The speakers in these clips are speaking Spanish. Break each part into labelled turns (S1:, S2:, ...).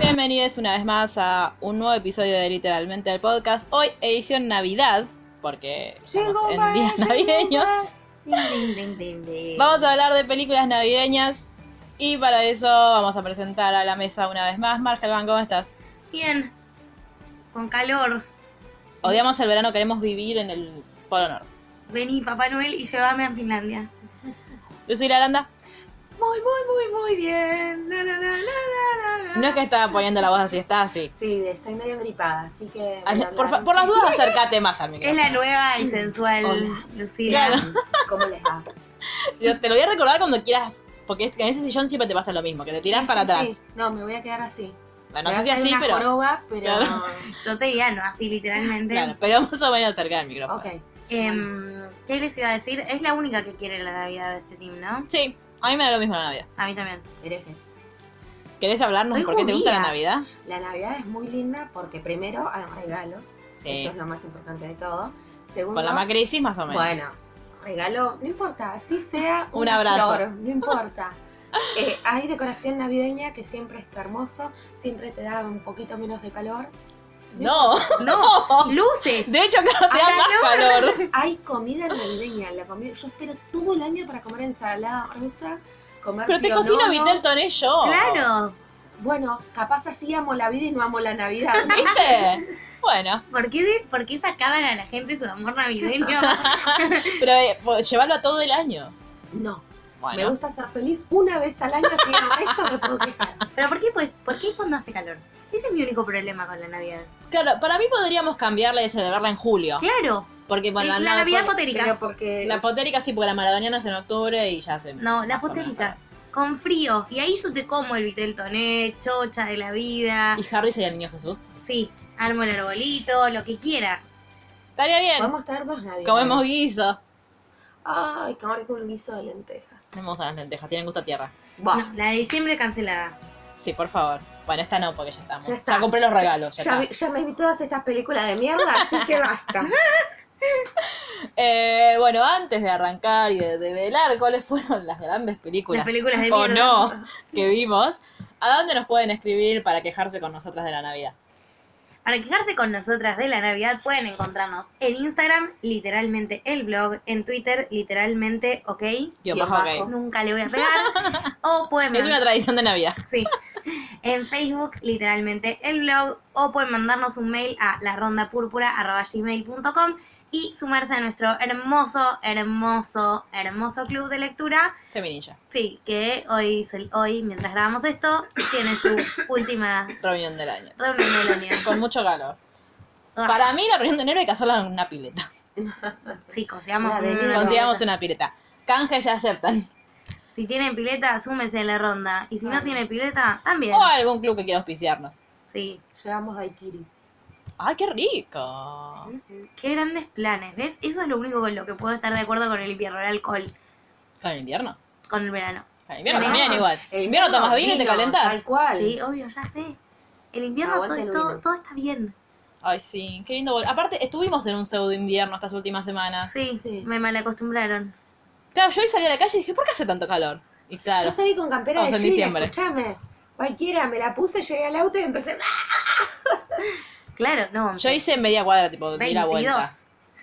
S1: Bienvenidos una vez más a un nuevo episodio de Literalmente el Podcast. Hoy edición Navidad, porque estamos en días navideños. Vamos a hablar de películas navideñas y para eso vamos a presentar a la mesa una vez más. Margelman, ¿cómo estás?
S2: Bien, con calor.
S1: Odiamos el verano, queremos vivir en el Polo Norte.
S2: Vení, Papá Noel, y llévame a Finlandia.
S1: Lucila Aranda,
S2: Muy, muy, muy, muy bien. La, la, la, la, la, la, la.
S1: no es que estaba poniendo la voz así, está así.
S3: Sí, estoy medio gripada, así que.
S1: Ay,
S3: voy a
S1: Por,
S3: hablar
S1: fa- por las dudas, acércate más al
S2: Es
S1: micrófono.
S2: la nueva y sensual
S3: Hola.
S2: Lucila.
S1: Claro.
S3: ¿Cómo les va?
S1: Yo Te lo voy a recordar cuando quieras, porque es que en ese sillón siempre te pasa lo mismo, que te tirás
S3: Sí,
S1: para
S3: sí,
S1: atrás.
S3: sí. No, me voy a quedar así.
S1: Bueno, no sé
S3: Me
S1: si
S3: voy a hacer
S1: así,
S3: una
S1: pero.
S3: joroba, pero.
S1: Claro.
S2: Yo te diría, no así literalmente.
S1: Claro, pero más o menos cerca del micrófono.
S3: Ok.
S2: Em, ¿Qué les iba a decir? Es la única que quiere la Navidad de este team, ¿no?
S1: Sí, a mí me da lo mismo la Navidad.
S2: A mí también.
S3: Herejes.
S1: ¿Querés hablarnos
S2: Soy
S1: de por qué te gusta la
S2: judía.
S1: Navidad?
S3: La Navidad es muy linda porque, primero, hay regalos. Eso
S1: Sí.
S3: es lo más importante de todo. Segundo,
S1: Con la macrisis más o menos.
S3: bueno, regalo, no importa, así sea
S1: Un
S3: una
S1: abrazo.
S3: flor, no importa. Eh, hay decoración navideña que siempre es hermoso, siempre te da un poquito menos de calor.
S1: No,
S2: No, luces.
S1: de hecho, claro, te da
S2: Acá
S1: más
S2: no.
S1: calor.
S3: Hay comida navideña, la comida. Yo espero todo el año para comer ensalada rusa, comer.
S1: Pero te
S3: pionono.
S1: cocina Vitelton es yo.
S2: Claro.
S1: Oh.
S3: Bueno, capaz así amo la vida y no amo la Navidad.
S1: ¿Viste? Bueno,
S2: ¿Por qué, de- por qué sacaban a la gente su amor navideño?
S1: pero eh, po- llevarlo a todo el año.
S3: No, me
S1: Bueno,
S3: gusta ser feliz una vez al año, así que esto me puedo quejar.
S2: ¿Pero por qué, pues, por qué cuando hace calor? Ese es mi único problema con la Navidad.
S1: claro, para mí podríamos cambiarla y celebrarla en julio.
S2: Claro.
S1: Porque bueno,
S2: es
S1: no,
S2: Eh, la Navidad
S1: porque-
S2: potérica.
S3: Pero porque.
S1: La potérica sí, porque la maradoniana es en octubre y ya se.
S2: No, la
S1: más o menos,
S2: potérica. Con frío. Y ahí yo te como el vitel toné, chocha de la vida.
S1: pero- Y Harry sería el niño Jesús.
S2: Sí, armo el arbolito, lo que quieras.
S1: Estaría bien.
S3: Vamos a tener dos Navidades.
S1: Comemos guiso.
S3: Ay, comer con un guiso de lentejas.
S1: No me gustan las lentejas, tienen gusto a tierra.
S3: Bueno,
S2: No, la de diciembre cancelada.
S1: Sí, por favor. Bueno, esta no, porque ya estamos.
S3: ya está.
S1: compré los regalos. Ya,
S3: Ya,
S1: está.
S3: ya, vi- ya me vi todas estas películas de mierda, así que basta.
S1: Eh, bueno, antes de arrancar y de, de velar cuáles fueron las grandes películas
S2: Las películas de
S1: o
S2: mierda.
S1: no que vimos, ¿a dónde nos pueden escribir para quejarse con nosotras de la Navidad?
S2: Para quejarse con nosotras de la Navidad pueden encontrarnos en Instagram, literalmente el blog, en Twitter, literalmente ok.
S1: Guión
S3: Guión
S1: bajo,
S3: bajo.
S1: ok.
S2: Nunca le voy a pegar. o pueden
S1: Es una tradición de Navidad.
S2: Sí. En Facebook, literalmente el blog, o pueden mandarnos un mail a larondapúrpura.gmail.com y sumarse a nuestro hermoso, hermoso, hermoso club de lectura.
S1: Feminilla.
S2: Sí, que hoy, se- hoy mientras grabamos esto, tiene su última
S1: Reunión del año.
S2: reunión del año.
S1: Con mucho calor.
S2: Ah,
S1: Para mí, la reunión de enero hay que hacerla en una pileta.
S2: Chicos, llegamos
S3: La
S2: a
S3: avenida.
S2: una
S1: Consigamos
S2: pileta.
S1: una pileta. Canjes se aceptan.
S2: Si tienen pileta, súmense en la ronda. Y si no
S3: Ay.
S2: tienen pileta, también.
S1: O algún club que quiera auspiciarnos.
S2: Sí.
S3: Llegamos a Aikiri.
S1: ¡Ay, qué rico!
S2: Qué grandes planes, ¿ves? Eso es lo único con lo que puedo estar de acuerdo con el invierno, el alcohol,
S1: Con el invierno.
S2: con el verano.
S1: Con el invierno
S2: No,
S1: también igual.
S3: Ah, El
S1: invierno tomas vino y te
S3: Tal
S1: calentás.
S3: cual.
S2: Sí, obvio, ya sé. El invierno
S3: Aguante
S2: todo,
S3: el
S2: todo,
S3: vino.
S2: todo está bien.
S1: Ay, sí, qué lindo. vol- Aparte, estuvimos en un pseudo invierno estas últimas semanas.
S2: Sí,
S3: Sí.
S2: me malacostumbraron.
S1: Claro, yo hoy salí a la calle y dije, ¿por qué hace tanto calor? Y claro,
S3: Yo salí con campera
S1: Vamos
S3: de
S1: en
S3: jean,
S1: diciembre.
S3: escúchame. Cualquiera, me la puse, llegué al auto y empecé. ¡ah!
S2: Claro, no.
S1: yo hice media cuadra, tipo, di la vuelta.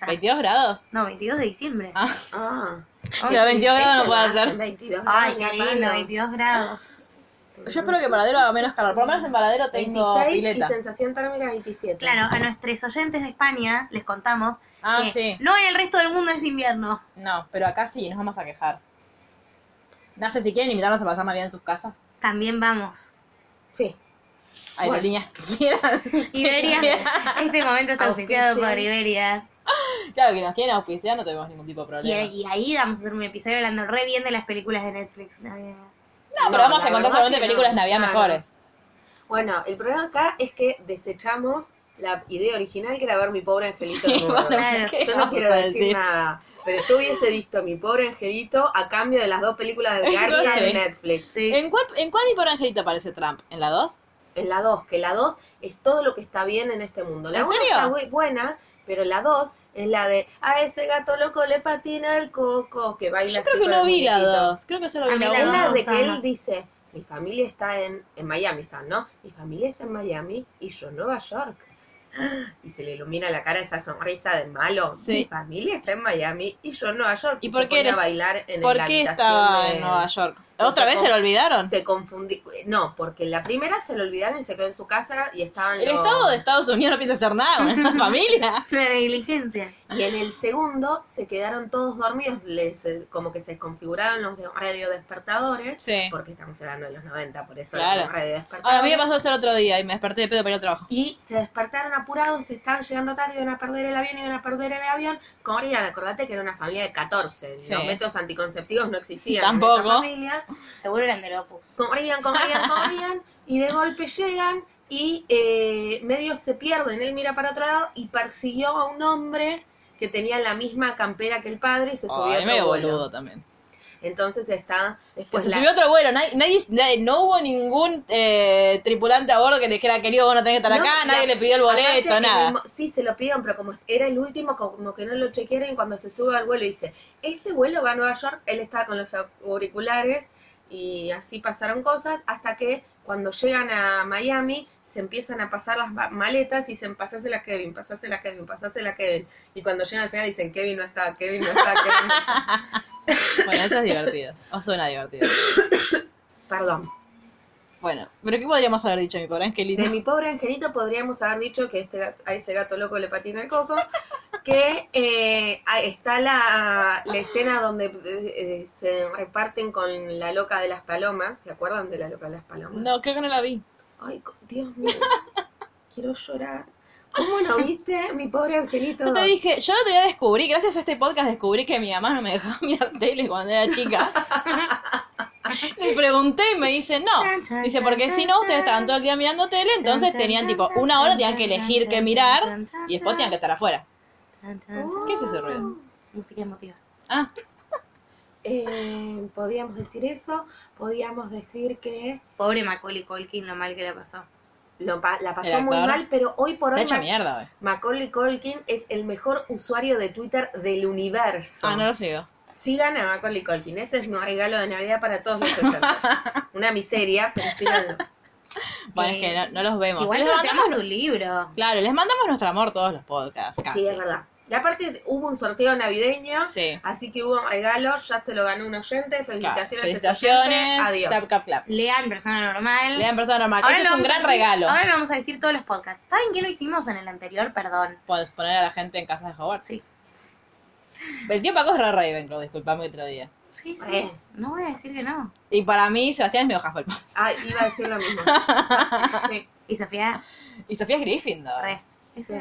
S2: 22. ya.
S1: ¿22 grados?
S2: No, 22 de diciembre.
S1: Ah,
S3: Ah,
S2: Hoy-
S1: pero 22 grados no
S3: esto
S1: puedo
S3: lo hacen
S1: hacer.
S3: 22
S2: Ay,
S3: grados,
S2: qué
S3: mi
S2: lindo,
S3: hermano.
S2: 22 grados.
S1: Yo espero que Paradero haga menos calor. Por lo menos en Paradero tengo
S3: 26
S1: pileta.
S3: y sensación térmica 27.
S2: Claro, a nuestros oyentes de España les contamos
S1: Ah,
S2: que
S1: sí.
S2: no en el resto del mundo es invierno.
S1: No, pero acá sí, nos vamos a quejar. No sé si quieren invitarnos a pasar Navidad en sus casas.
S2: También vamos.
S3: Sí.
S1: Aerolíneas que quieran.
S2: Iberia. Este momento es auspiciado por
S3: Auspiciado.
S2: Iberia.
S1: Claro, que nos quieren auspiciar, no tenemos ningún tipo de
S2: Y,
S1: problema.
S2: y ahí vamos a hacer un episodio hablando re bien de las películas de Netflix. navideñas.
S1: No, pero
S3: No,
S1: vamos
S3: la
S1: a contar
S3: verdad
S1: solamente
S3: que no.
S1: películas navidad
S3: Claro.
S1: mejores.
S3: Bueno, el problema acá es que desechamos la idea original que era ver mi pobre angelito.
S1: Sí,
S3: desnudo.
S1: bueno,
S2: Claro.
S1: ¿qué
S3: yo
S1: vamos
S3: no quiero
S1: a
S3: decir nada, pero yo hubiese visto mi pobre angelito a cambio de las dos películas de Guardian
S1: Sí.
S3: de Netflix.
S2: Sí.
S1: ¿En cuál, ¿En cuál mi pobre angelito aparece Trump? ¿En la 2?
S3: En la 2, que la 2 es todo lo que está bien en este mundo. La
S1: ¿En
S3: 1
S1: serio?
S3: está muy buena, pero la 2 es la de a ese gato loco le patina el coco, que baila
S1: Yo
S3: así
S1: creo que
S3: con
S1: no
S3: el
S1: vi la
S3: muñequito.
S1: 2. Creo que solo
S2: A
S1: vi
S2: mí
S1: la 1.
S2: la
S3: Es
S2: dos.
S3: la
S2: no,
S3: de que él
S2: más.
S3: dice, mi familia está en, en Miami, está, ¿no? Mi familia está en Miami y yo en Nueva York. Y se le ilumina la cara esa sonrisa del malo.
S1: Sí.
S3: Mi familia está en Miami y yo en Nueva York.
S1: ¿Y
S3: se
S1: por qué
S3: pone
S1: eres-
S3: a bailar en
S1: ¿Por
S3: la
S1: qué
S3: habitación
S1: estaba
S3: de-
S1: en Nueva York?
S3: No
S1: ¿Otra
S3: sé
S1: vez se lo
S3: cómo-
S1: olvidaron?
S3: Se confundió. No, porque la primera se lo olvidaron y se quedó en su casa y estaban
S1: El
S3: los-
S1: Estado de Estados Unidos no piensa hacer nada con esta familia.
S2: Su negligencia.
S3: Y en el segundo se quedaron todos dormidos, les, eh, como que se desconfiguraron los de radiodespertadores,
S1: Sí.
S3: porque estamos hablando de los 90, por eso
S1: Claro. Ah,
S3: los radiodespertadores.
S1: Ahora, a mí me pasó eso el otro día y me desperté de pedo para ir al trabajo.
S3: Y se despertaron apurados, estaban llegando tarde, iban a perder el avión, iban a perder el avión. Corrían, acordate que era una familia de 14,
S1: Sí.
S3: los métodos anticonceptivos no existían en
S1: Tampoco.
S3: esa familia.
S2: Seguro eran del Opus.
S3: Corrían, corrían, corrían, y de golpe llegan y eh, medio se pierden. Él mira para otro lado y persiguió a un hombre que tenía la misma campera que el padre y se subió a
S1: Ay,
S3: otro
S1: medio
S3: vuelo.
S1: boludo también.
S3: Entonces está
S1: Pues
S3: después
S1: se
S3: la-
S1: subió otro vuelo, nadie, nadie- nadie- no hubo ningún eh, tripulante a bordo que le dijera, querido, vos no tenés que estar
S3: No,
S1: acá,
S3: y
S1: nadie
S3: a-
S1: le pidió el
S3: aparte
S1: boleto,
S3: el
S1: nada.
S3: mismo- sí, se lo pidieron, pero como era el último, como que no lo chequearon y cuando se sube al vuelo dice, este vuelo va a Nueva York, él estaba con los auriculares y así pasaron cosas hasta que cuando llegan a Miami se empiezan a pasar las ba- maletas y dicen, pasásela a Kevin, pasásela a Kevin, pasásela a Kevin. Y cuando llegan al final dicen, Kevin no está, Kevin no está, Kevin no está.
S1: Bueno, eso es divertido, o suena divertido.
S3: Perdón.
S1: Bueno, pero ¿qué podríamos haber dicho, mi pobre angelito?
S3: De mi pobre angelito podríamos haber dicho que este gat- a ese gato loco le patina el coco, que eh, ah, está la, la escena donde eh, eh, se reparten con la loca de las palomas, ¿se acuerdan de la loca de las palomas?
S1: No, creo que no la vi.
S3: Ay, co- Dios mío, quiero llorar. ¿Cómo no viste mi pobre angelito?
S1: Yo te dije, yo el otro día descubrí, gracias a este podcast descubrí que mi mamá no me dejaba mirar tele cuando era chica. Le pregunté y me dice,
S2: Chan,
S1: no.
S2: chan,
S1: Dice,
S2: chan,
S1: porque si
S2: chan,
S1: no, ustedes
S2: chan.
S1: estaban todo el día mirando tele, entonces
S2: chan,
S1: tenían
S2: chan,
S1: tipo
S2: chan,
S1: una hora,
S2: chan,
S1: tenían que
S2: chan,
S1: elegir
S2: chan,
S1: qué
S2: chan,
S1: mirar
S2: chan, chan,
S1: y después tenían que estar afuera.
S2: Uh.
S1: ¿Qué es ese ruido?
S2: Música emotiva.
S1: Ah,
S3: Eh, podíamos decir eso, podíamos decir que
S2: Pobre Macaulay Culkin, lo mal que le pasó.
S3: lo pa- la pasó
S1: El
S3: muy
S1: actor.
S3: mal, pero hoy por
S1: está
S3: hoy
S1: hecho
S3: Ma-
S1: mierda, güey.
S3: Macaulay Culkin es el mejor usuario de Twitter del universo.
S1: Ah, no lo sigo.
S3: Sigan a Macaulay Culkin, ese es mi regalo de Navidad para todos los oyentes. Una miseria, pero síganlo.
S1: Bueno, es
S2: Eh,
S1: que no, no los vemos.
S2: Igual
S1: les mandamos,
S2: sorteamos su libro.
S1: claro, les mandamos nuestro amor todos los podcasts. casi.
S3: Sí, es verdad. Y aparte hubo un sorteo navideño,
S1: Sí.
S3: así que hubo regalos, ya se lo ganó un oyente,
S1: Claro,
S3: felicitaciones, a ese
S1: Felicitaciones.
S3: oyente, adiós.
S1: Clap, clap, clap.
S2: Lean Persona Normal.
S1: Lean persona normal. Ese
S2: lo
S1: es un
S2: vamos a
S1: gran
S2: decir-
S1: regalo.
S2: Ahora lo vamos a decir todos los podcasts. ¿Saben qué no hicimos en el anterior? Perdón.
S1: Puedes poner a la gente en casa de Hogwarts.
S2: Sí.
S1: El tío Paco es re Ravenclaw, disculpame que te lo diga.
S2: Sí, sí.
S3: Eh.
S2: No voy a decir que no.
S1: Y para mí, Sebastián es medio Hufflepuff.
S3: Ah, iba a decir lo mismo. Sí,
S2: Y Sofía,
S1: Y Sofía es Gryffindor.
S2: re.
S3: sí.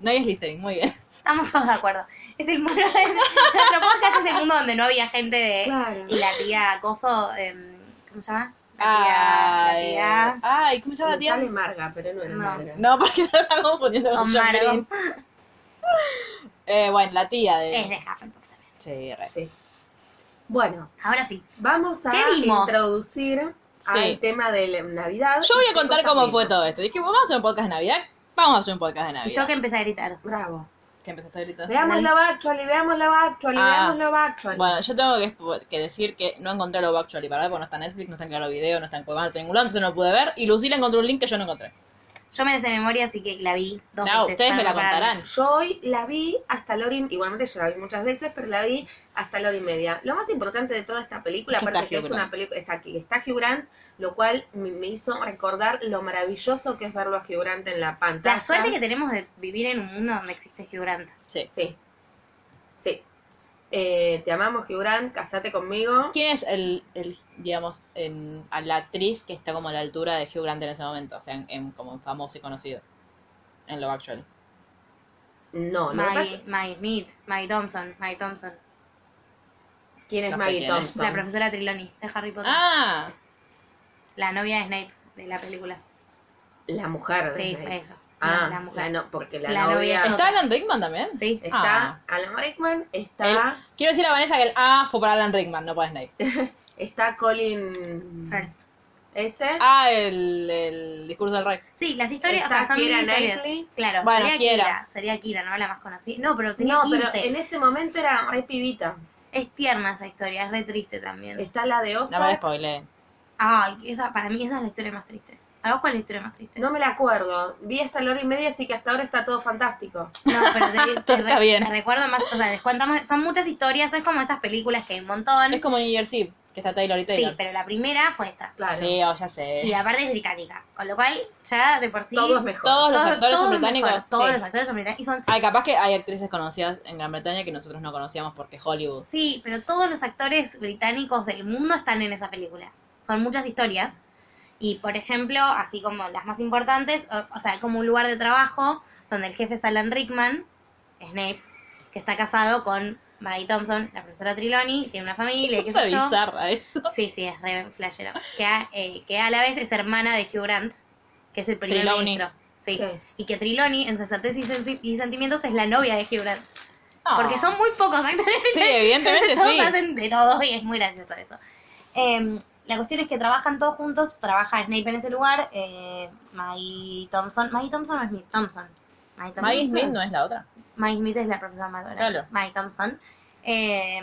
S1: No es Slytherin, muy bien.
S2: Estamos todos de acuerdo. Es el mundo de... Nuestro podcast es el mundo donde no había gente de...
S3: Claro.
S2: Y la tía Coso... em, ¿Cómo se llama? La tía...
S1: Ay,
S2: La tía...
S1: ay, ¿cómo se llama la
S3: Me
S1: tía?
S3: sale Marga, pero no era
S2: No.
S3: Marga.
S1: No, porque se la están confundiendo con
S2: Con
S1: John
S2: Margot.
S1: Green. Eh, bueno, la tía de...
S2: Es de Hufflepuff también.
S1: Sí, re.
S3: Sí. Bueno,
S2: Ahora sí.
S3: vamos a
S2: ¿Qué vimos?
S3: introducir al tema de la Navidad.
S1: Yo voy
S3: y
S1: a
S3: qué
S1: contar
S3: cosas
S1: cómo
S3: vimos.
S1: fue todo esto. Dije, vamos a hacer un podcast de Navidad. Vamos a hacer un podcast de
S2: Y yo
S1: Navidad.
S2: que empecé a gritar.
S3: Bravo.
S1: Que empezaste a gritar.
S3: Veamos lo actual y veamos lo actual y
S1: Ah.
S3: veamos lo actual.
S1: Bueno, yo tengo que, que decir que no encontré lo Actually para ver, porque no está en Netflix, no está en Claro Video, no está en Cuevana, no está en ningún lado, entonces no lo pude ver. Y Lucila encontró un link que yo no encontré.
S2: Yo me la sé de memoria, así que la vi dos
S1: No,
S2: veces.
S1: ustedes
S2: para
S1: me la
S2: no parar.
S1: contarán.
S3: Yo hoy la vi hasta la hora y igualmente ya la vi muchas veces, pero la vi hasta la hora y media. Lo más importante de toda esta película,
S1: Que
S3: aparte
S1: está
S3: que
S1: Hugh
S3: es
S1: Grant.
S3: una película, está aquí, está Hugh Grant, lo cual me, me hizo recordar lo maravilloso que es verlo a Hugh Grant en la pantalla.
S2: La suerte que tenemos de vivir en un mundo donde existe Hugh Grant.
S1: Sí.
S3: Sí, sí. eh, te amamos, Hugh Grant, casate conmigo.
S1: ¿Quién es el, el, digamos, en, a la actriz que está como a la altura de Hugh Grant en ese momento? O sea, en, en- como en famoso y conocido. En Love Actually.
S3: No, no
S2: Maggie, Maggie Smith, Maggie Thompson, Maggie Thompson.
S3: ¿Quién es
S1: No sé
S3: Maggie
S1: quién es.
S3: Thompson?
S2: La profesora Triloni de Harry Potter.
S1: ¡Ah!
S2: La novia de Snape de la película.
S3: La mujer. de
S2: Sí,
S3: Snape.
S2: eso.
S3: Ah,
S2: la, la mujer.
S3: la no- porque la,
S2: La
S3: novia.
S2: novia es-
S1: ¿Está Alan Rickman también?
S2: Ah, Sí.
S3: Está
S1: Ah.
S3: Alan Rickman, está,
S1: El- quiero decir a Vanessa que el A fue para Alan Rickman, no para Snape.
S3: está Colin.
S2: First.
S3: Ese.
S1: Ah, el, el discurso del rey.
S2: Sí, las historias, o
S3: Está
S2: sea, son
S3: Keira
S2: mil historias.
S3: Knightley.
S2: Claro,
S1: Bueno,
S2: sería
S1: Keira.
S2: Kira. sería Kira, no la más conocida. No, pero tenía
S3: no,
S2: 15.
S3: pero
S1: e-
S3: en ese momento era re pibita.
S2: Es tierna esa historia, es re triste también.
S3: Está la de
S1: No me lo
S3: Ozark.
S1: spoilé.
S2: Ay, esa, para mí esa es la historia más triste. ¿A vos cuál es la historia más triste?
S3: No me la acuerdo. Vi hasta la hora y media, así que hasta ahora está todo fantástico.
S2: No, pero te, te re-
S1: Está bien.
S2: te recuerdo más, o sea, les cuento más, son muchas historias, es como estas películas que hay un montón.
S1: Es como New Year's Eve, que está Taylor y
S2: Sí,
S1: Taylor.
S2: pero la primera fue esta.
S3: Claro.
S1: Sí, oh, ya sé.
S2: Y aparte es británica, con lo cual ya de por sí...
S3: Todo es mejor.
S1: Todos los
S2: todo-
S1: actores
S2: todo
S1: son
S2: es mejor,
S1: británicos.
S2: todos
S1: sí.
S2: los actores son británicos. Y son,
S1: Ay, capaz que hay actrices conocidas en Gran Bretaña que nosotros no conocíamos porque Hollywood.
S2: sí, pero todos los actores británicos del mundo están en esa película. Son muchas historias. Y, por ejemplo, así como las más importantes, o, o sea, como un lugar de trabajo donde el jefe es Alan Rickman, Snape, que está casado con Maggie Thompson, la profesora Triloni, tiene una familia, qué
S1: Cosa
S2: sé yo.
S1: bizarra eso.
S2: Sí, sí, es re flashero. Que a, eh, que a la vez es hermana de Hugh Grant, que es el primer
S1: Trelawney.
S2: ministro. Sí.
S3: Sí.
S2: Y que Triloni, en Sensatez y, Sen- y Sentimientos, es la novia de Hugh Grant.
S1: Ah.
S2: Porque son muy pocos actores.
S1: Sí, evidentemente
S2: Entonces,
S1: sí.
S2: Todos hacen de todo y es muy gracioso eso. Eh, la cuestión es que trabajan todos juntos, trabaja Snape en ese lugar, eh, Maggie Thompson. Maggie Thompson o Smith Thompson. Maggie Thompson.
S1: Maggie Smith no es la otra.
S2: Maggie Smith es la profesora Madora.
S1: Claro.
S2: Maggie Thompson. eh,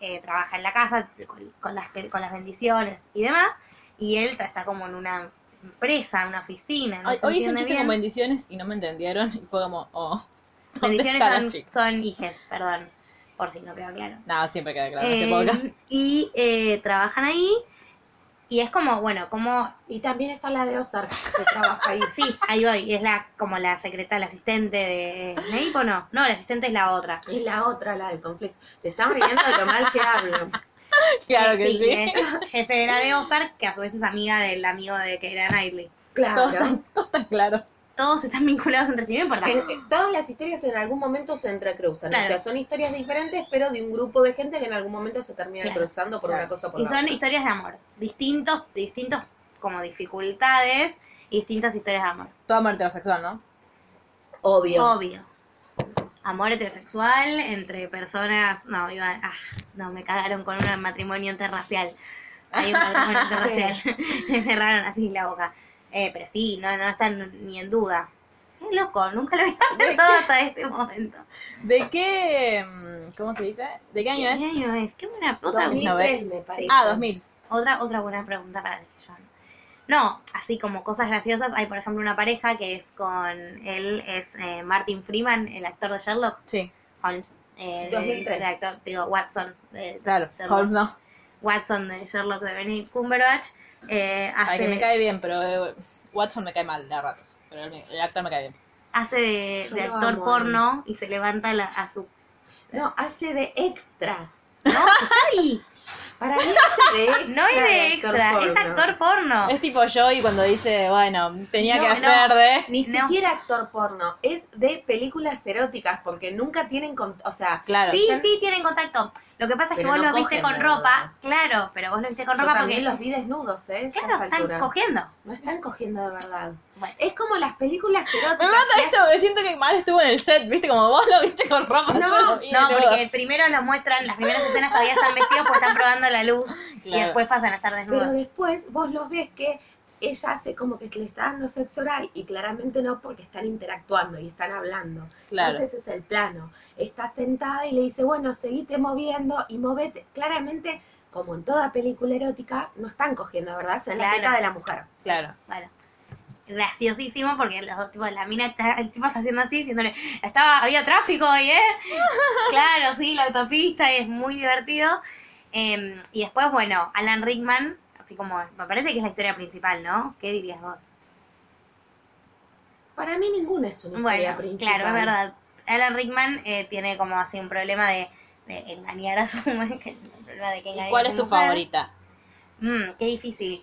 S2: eh, trabaja en la casa con, con las, que- con las bendiciones y demás. Y él está como en una empresa, en una oficina. No
S1: Ay,
S2: se
S1: hoy hice un
S2: entiende
S1: chiste
S2: bien.
S1: con bendiciones y no me entendieron y fue como, oh. ¿dónde
S2: Bendiciones
S1: está la
S2: son,
S1: chica?
S2: son hijes, perdón, por si no quedó claro.
S1: No, siempre queda claro en
S2: Eh,
S1: este podcast.
S2: y eh, trabajan ahí. Y es como, bueno, como.
S3: Y también está la de Ozark, que trabaja ahí.
S2: Sí, ahí voy. Es la como la secretaria, la asistente de Snape o no. No, la asistente es la otra.
S3: Es la otra, la del conflicto. Te están riendo de lo mal que hablo.
S1: Claro que sí.
S2: que es jefe de la de Ozark, que a su vez es amiga del amigo de Keira Knightley.
S1: Todo,
S3: Claro.
S1: está, todo está claro.
S2: Todos están vinculados entre sí, no importa.
S3: En- en- todas las historias en algún momento se entrecruzan.
S2: Claro.
S3: O sea, son historias diferentes, pero de un grupo de gente que en algún momento se termina
S2: Claro,
S3: cruzando por una
S2: Claro.
S3: cosa o por
S2: y
S3: la
S2: son
S3: otra.
S2: historias de amor. Distintos, distintos como dificultades y distintas historias de amor.
S1: Todo amor heterosexual, ¿no?
S3: Obvio.
S2: Obvio. Amor heterosexual entre personas. No, iba. Ah, no, me cagaron con un matrimonio interracial. Hay un matrimonio interracial. me cerraron así la boca. Eh, pero sí, no, no están ni en duda. Es loco, nunca lo había pensado hasta este momento.
S1: ¿De qué. mm, ¿Cómo se dice? ¿De qué año
S2: ¿Qué
S1: es?
S2: año es? Qué buena. Otra,
S3: 2003
S1: Sí.
S3: me parece.
S1: Ah, 2000.
S2: otra, otra buena pregunta para el John. No, así como cosas graciosas, hay por ejemplo una pareja que es con él, es eh, Martin Freeman, el actor de Sherlock.
S1: Sí,
S2: Holmes. Eh,
S3: 2003.
S2: de- de actor, digo, Watson. De
S1: claro.
S2: Sherlock.
S1: Holmes no.
S2: Watson de Sherlock de Benedict Cumberbatch. eh,
S1: Ay, que me
S2: hace,
S1: cae bien, pero eh, Watson me cae mal de a ratos. Pero él me- el, actor me cae bien.
S2: hace de,
S3: Yo
S2: de
S3: lo
S2: actor
S3: amo.
S2: porno y se levanta la- a su...
S3: No, hace de extra.
S2: ¡Ay!
S3: Para mí hace de extra.
S2: No es de extra, es
S3: porno.
S2: actor porno.
S1: Es tipo Joey cuando dice, bueno, tenía que
S2: No,
S1: hacer
S2: no.
S1: de.
S3: Ni
S2: No.
S3: siquiera actor porno, es de películas eróticas, porque nunca tienen, con- o sea,
S1: Claro.
S2: Sí, sí, tienen contacto. Lo que pasa es que
S3: Pero
S2: vos
S3: no
S2: lo viste
S3: cogen,
S2: con
S3: la
S2: ropa, claro, pero vos lo viste con
S3: yo
S2: ropa porque...
S3: también los vi desnudos, ¿eh? Ya
S2: Claro,
S3: a esta altura.
S2: están cogiendo.
S3: No están cogiendo de verdad.
S2: Bueno.
S3: Es como las películas eróticas.
S1: Me mata
S3: que
S1: esto, porque siento que Mar estuvo en el set, viste, como vos lo viste con ropa.
S3: No,
S1: yo lo vi,
S2: No,
S1: boludo.
S2: porque primero los muestran, las primeras escenas todavía están vestidos porque están probando la luz y
S1: Claro.
S2: después pasan a estar
S3: Pero
S2: desnudos.
S3: después vos los ves que ella hace como que le está dando sexo oral y claramente no porque están interactuando y están hablando.
S1: Claro.
S3: Entonces ese es el plano. Está sentada y le dice, bueno, seguite moviendo y movete. Claramente, como en toda película erótica, no están cogiendo, ¿verdad? Se en la
S2: Claro.
S3: teta de la mujer.
S1: Claro.
S2: Bueno, graciosísimo porque los dos tipos, la mina, está, el tipo está haciendo así, diciéndole, estaba, había tráfico hoy, ¿eh? claro, sí, la autopista, y es muy divertido. Eh, y después, bueno, Alan Rickman, así como, me parece que es la historia principal, ¿no? ¿Qué dirías vos?
S3: Para mí ninguna es una historia
S2: Bueno,
S3: principal.
S2: claro, es verdad. Alan Rickman eh, tiene como así un problema de, de engañar a su mujer. que- el problema de que engañar
S1: ¿Y
S2: a
S1: cuál es tu
S2: mujer.
S1: favorita?
S2: Mm, qué difícil.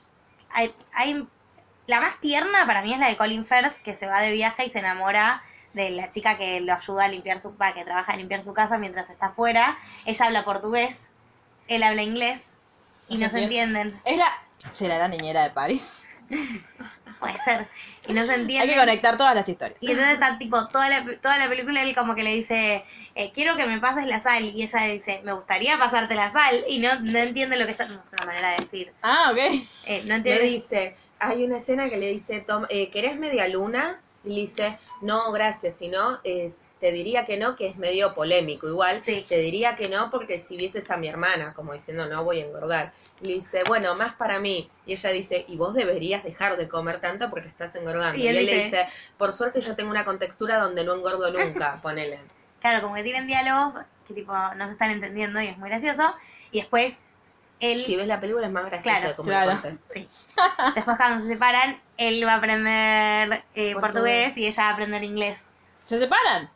S2: Hay, hay- la más tierna para mí es la de Colin Firth, que se va de viaje y se enamora de la chica que lo ayuda a limpiar su pa, que trabaja a limpiar su casa mientras está afuera. Ella habla portugués, él habla inglés y no se entienden.
S1: ¿Es la... ¿Será la niñera de París?
S2: Puede ser. Y no se
S1: Hay que
S2: entienden.
S1: conectar todas las historias.
S2: Y entonces está tipo toda la, toda la película él como que le dice, eh, quiero que me pases la sal. Y ella dice, me gustaría pasarte la sal. Y no, no entiende lo que está... No, es una manera de decir.
S1: Ah, ok.
S2: Eh, no
S3: Le
S2: entiende...
S3: dice, hay una escena que le dice, Tom, eh, ¿querés media luna? Y le dice, no, gracias, si no, es- te diría que no, que es medio polémico igual.
S2: Sí.
S3: Te diría que no porque si vieses a mi hermana, como diciendo, no voy a engordar. Y Le dice, bueno, más para mí. Y ella dice, y vos deberías dejar de comer tanto porque estás engordando.
S2: Y él
S3: le
S2: dice-
S3: dice, por suerte yo tengo una contextura donde no engordo nunca, ponele.
S2: Claro, como que tienen diálogos que tipo no se están entendiendo y es muy gracioso. Y después él,
S3: Si ves la película es más graciosa
S2: Claro,
S3: como
S1: claro.
S3: contexto.
S2: sí. después cuando se separan, él va a aprender eh, portugués. y ella va a aprender inglés.
S1: ¿Se separan?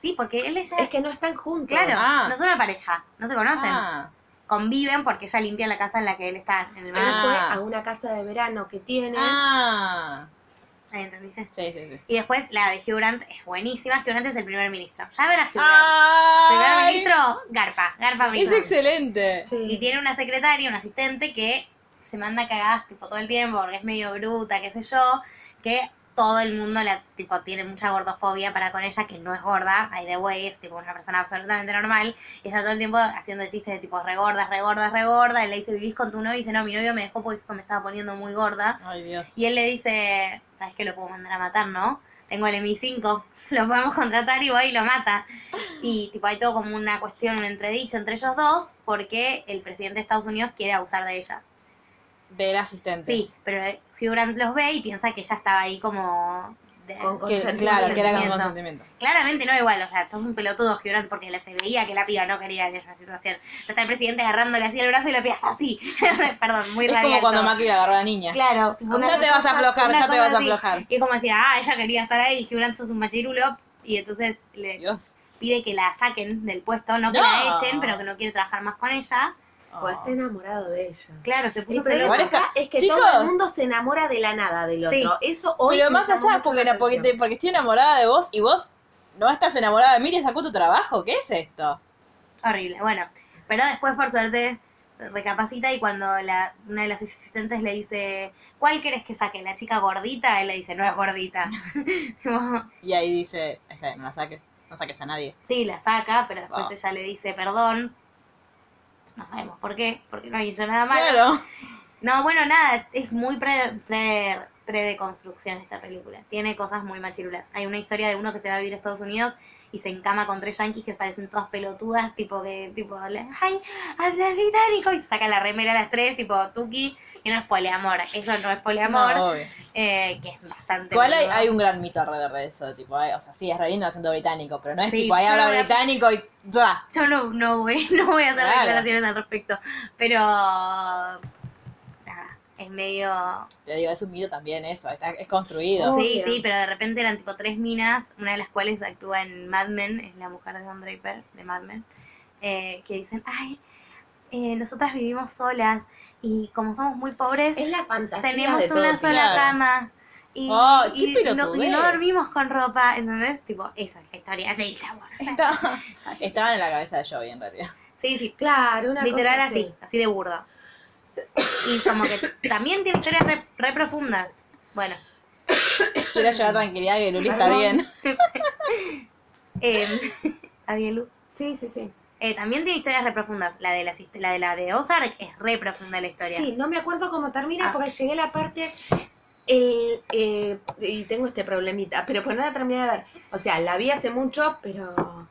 S2: Sí, porque él ella
S3: Es que no están juntos.
S2: claro,
S1: Ah.
S2: no son una pareja, no se conocen,
S1: Ah,
S2: conviven porque ella limpia la casa en la que él está en el
S3: Él
S2: verano.
S3: fue
S1: Ah.
S3: a una casa de verano que tiene.
S1: ah.
S2: Ahí, ¿entendiste?
S1: Sí, sí, sí.
S2: Y después la de Hugh Grant es buenísima. Hugh Grant es el primer ministro. Ya verás Hugh Grant. primer
S1: ¡Ay!
S2: ministro, Garpa, Garpa
S1: Es
S2: mismo.
S1: excelente.
S3: Sí.
S2: Y tiene una secretaria, un asistente que se manda cagadas tipo todo el tiempo porque es medio bruta, qué sé yo, que todo el mundo la tipo tiene mucha gordofobia para con ella, que no es gorda, by the way, es tipo una persona absolutamente normal, y está todo el tiempo haciendo chistes de tipo regorda, regorda, regorda, y le dice, ¿vivís con tu novio? Y dice, no, mi novio me dejó porque me estaba poniendo muy gorda.
S1: Ay, Dios.
S2: Y él le dice, ¿sabes que lo puedo mandar a matar, no? Tengo el MI5, lo podemos contratar y voy y lo mata. Y tipo hay todo como una cuestión, un entredicho entre ellos dos, porque el presidente de Estados Unidos quiere abusar de ella.
S1: Del asistente.
S2: Sí, pero Hugh Grant los ve y piensa que ella estaba ahí como... de-
S3: Con- con-
S1: Que-
S3: Consentimiento.
S1: claro, que era con
S2: Consentimiento.
S1: consentimiento.
S2: Claramente no igual, o sea, sos un pelotudo Hugh Grant porque se veía que la piba no quería en esa situación. Está el presidente agarrándole así el brazo y la piba está así. Perdón, muy
S1: Es como
S2: radial
S1: cuando
S2: todo.
S1: Macri agarró a la niña.
S2: Claro, tipo,
S1: Ya
S2: una
S1: te vas a
S2: cosa-
S1: aflojar,
S2: una
S1: ya te
S2: cosa
S1: vas a
S2: así.
S1: aflojar.
S2: Y es como decir, ah, ella quería estar ahí, Hugh Grant sos un machirulo, y entonces le
S1: Dios.
S2: pide que la saquen del puesto, no que
S1: No.
S2: la echen, pero que no quiere trabajar más con ella.
S3: O está enamorado de ella.
S2: Claro, se puso
S3: Eso es,
S2: celoso.
S1: igual está-
S3: es que
S1: Chicos.
S3: todo el mundo se enamora de la nada del otro.
S2: Sí.
S3: Eso hoy
S1: Pero
S3: me
S1: más
S3: llamó
S1: allá,
S3: mucho
S1: porque,
S3: la
S1: la- porque, te-
S3: atención.
S1: porque estoy enamorada de vos y vos no estás enamorada de mí, te sacó tu trabajo. ¿Qué es esto?
S2: Horrible, bueno. Pero después, por suerte, recapacita y cuando la, una de las asistentes le dice, ¿cuál querés que saque? ¿La chica gordita? Él le dice, no es gordita. Como,
S1: Y ahí dice, "Está bien, no la saques, no saques a nadie.
S2: sí, la saca, pero después
S1: Ah.
S2: ella le dice, perdón. No sabemos por qué, porque no hizo nada malo.
S1: Claro.
S2: No, bueno, nada, es muy pre, pre, predeconstrucción esta película. Tiene cosas muy machirulas. Hay una historia de uno que se va a vivir a Estados Unidos y se encama con tres yanquis que parecen todas pelotudas, tipo que, tipo, le- ay, habla británico y se saca la remera a las tres, tipo, tuki, que no es poliamor. Eso no es poliamor,
S1: No, obvio.
S2: eh, que es bastante...
S1: Igual hay,
S2: boludo.
S1: hay un gran mito alrededor de eso, tipo, hay- o sea, sí, es re lindo acento británico, pero no es
S2: Sí,
S1: tipo, ahí
S2: yo
S1: habla
S2: no voy a-
S1: británico y... ¡bla!
S2: Yo no, no, voy, no voy a hacer
S1: Claro.
S2: declaraciones al respecto, pero... Nada, es medio...
S1: Yo digo, es un mito también eso, está- es construido.
S2: Sí,
S3: Obvio.
S2: sí, pero de repente eran tipo tres minas, una de las cuales actúa en Mad Men, es la mujer de Don Draper, de Mad Men, eh, que dicen, ay, eh, nosotras vivimos solas y como somos muy pobres,
S3: Es la fantasía.
S2: tenemos
S3: de todo
S2: una
S3: tipo.
S2: sola
S1: claro.
S2: cama y,
S1: Oh, qué
S2: y no, y
S1: pelotudez.
S2: no dormimos con ropa, entonces, tipo, esa es la historia del chabón. o sea,
S1: Estaba- estaban en la cabeza de Joey, en realidad.
S2: Sí, sí,
S3: Claro, una
S2: literal
S3: cosa
S2: así, así, de burdo. Y como que también tiene historias re, re profundas. Bueno,
S1: Quiero llevar tranquilidad que Luli está
S3: Perdón.
S1: bien.
S2: eh, ¿está bien, Lu?
S3: Sí, sí, sí.
S2: Eh, también tiene historias re profundas. La de la, asist- la de la de Ozark es re profunda la historia.
S3: Sí, no me acuerdo cómo termina
S2: Ah.
S3: porque llegué a la parte el, eh, y tengo este problemita, pero por nada terminé de ver. O sea, la vi hace mucho, pero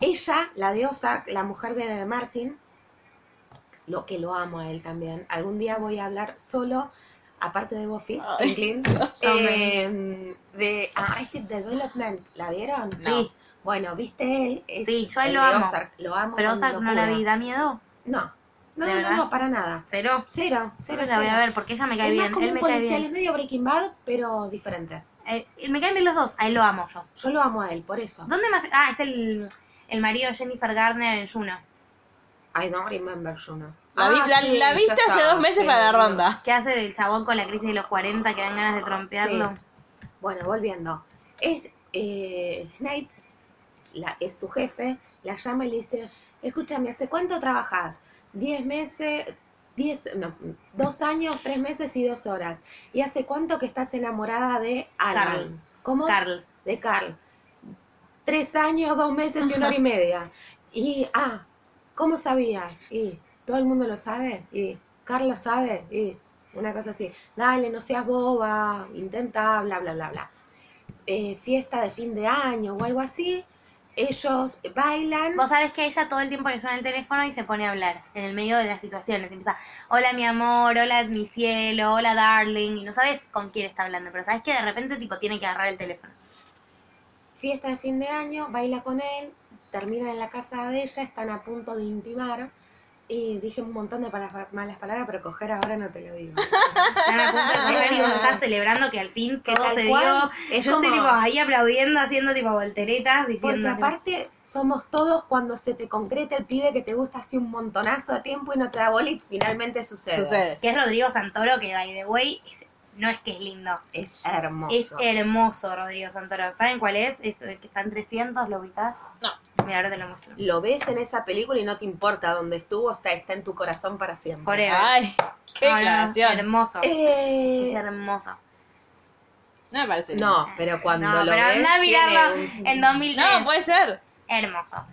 S3: ella, la de Ozark, la mujer de Martin, lo que lo amo a él también. Algún día voy a hablar solo, aparte de Buffy,
S1: Ay,
S3: Franklin,
S2: Amén.
S3: eh, de Arrested Development. ¿La vieron?
S1: No.
S3: Bueno, viste él. Es
S2: Sí, yo a él
S3: el
S2: lo
S3: de
S2: amo.
S3: Ozark, Lo amo.
S2: Pero
S3: con
S2: Ozark no la
S3: locura.
S2: vi, da miedo.
S3: No, no,
S2: ¿De
S3: no,
S2: verdad?
S3: no, para nada.
S2: Cero.
S3: Cero,
S2: Yo
S3: cero.
S2: la voy a
S3: cero.
S2: ver porque ella me cae
S3: es
S2: bien.
S3: más como
S2: Él
S3: un
S2: me cae
S3: policial,
S2: bien.
S3: es medio Breaking Bad, pero diferente.
S2: Eh, me caen bien los dos. A él lo amo yo.
S3: Yo lo amo a él, por eso.
S2: ¿Dónde más? Ah, es el. el marido de Jennifer Garner en Juno.
S3: I don't remember Juno.
S1: La, vi-
S3: Ah,
S1: la-
S3: sí,
S1: la
S3: ya
S1: viste hace
S3: está,
S1: dos meses
S3: sí,
S1: para la
S3: no.
S1: ronda.
S2: ¿Qué hace del chabón con la crisis de los 40 que dan ganas de trompearlo?
S3: Sí. Bueno, volviendo. Es eh, Snape, la, es su jefe, la llama y le dice, escúchame, ¿hace cuánto trabajas? Diez meses, diez, no, dos años, tres meses y dos horas. ¿Y hace cuánto que estás enamorada de Alan?
S2: Carl.
S3: ¿Cómo?
S2: Carl.
S3: De Carl. Tres años, dos meses y una hora y media. Y, ah, ¿cómo sabías? Y, ¿todo el mundo lo sabe? Y, ¿Carl lo sabe? Y, una cosa así. Dale, no seas boba, intenta, bla, bla, bla, bla. Eh, fiesta de fin de año o algo así. Ellos bailan.
S2: Vos sabés que ella todo el tiempo le suena el teléfono y se pone a hablar en el medio de las situaciones. Empieza, hola mi amor, hola mi cielo, hola darling. Y no sabes con quién está hablando, pero sabes que de repente tipo tiene que agarrar el teléfono.
S3: Fiesta de fin de año, baila con él, terminan en la casa de ella, están a punto de intimar. Y dije un montón de pala- malas palabras, pero coger ahora no te lo digo.
S2: Están a punto de coger y vos estás celebrando que al fin
S3: Que
S2: todo
S3: tal
S2: se dio.
S3: cual,
S2: Yo
S3: es
S2: estoy
S3: como-
S2: tipo ahí aplaudiendo, haciendo tipo volteretas,
S3: Porque
S2: diciendo.
S3: aparte somos todos cuando se te concreta el pibe que te gusta hace un montonazo de tiempo y no te da bola y finalmente sucede.
S1: Sucede.
S2: Que es Rodrigo Santoro, que by the way, es- no es que es lindo.
S3: Es hermoso.
S2: Es hermoso Rodrigo Santoro. ¿Saben cuál es? Es el que está en 300, ¿lo ubicás?
S1: No.
S2: Mira, ahora te lo muestro.
S3: Lo ves en esa película y no te importa dónde estuvo, está, está en tu corazón para siempre.
S2: Forever.
S1: Ay, qué
S2: No, no,
S1: canción.
S2: hermoso.
S3: Eh,
S2: Es hermoso.
S1: No me parece. lindo.
S3: no, pero cuando
S2: no,
S3: lo
S2: pero
S3: ves
S2: anda a
S3: tiene
S2: mirarlo
S3: un-
S2: en 2003.
S1: No, puede ser.
S2: Hermoso.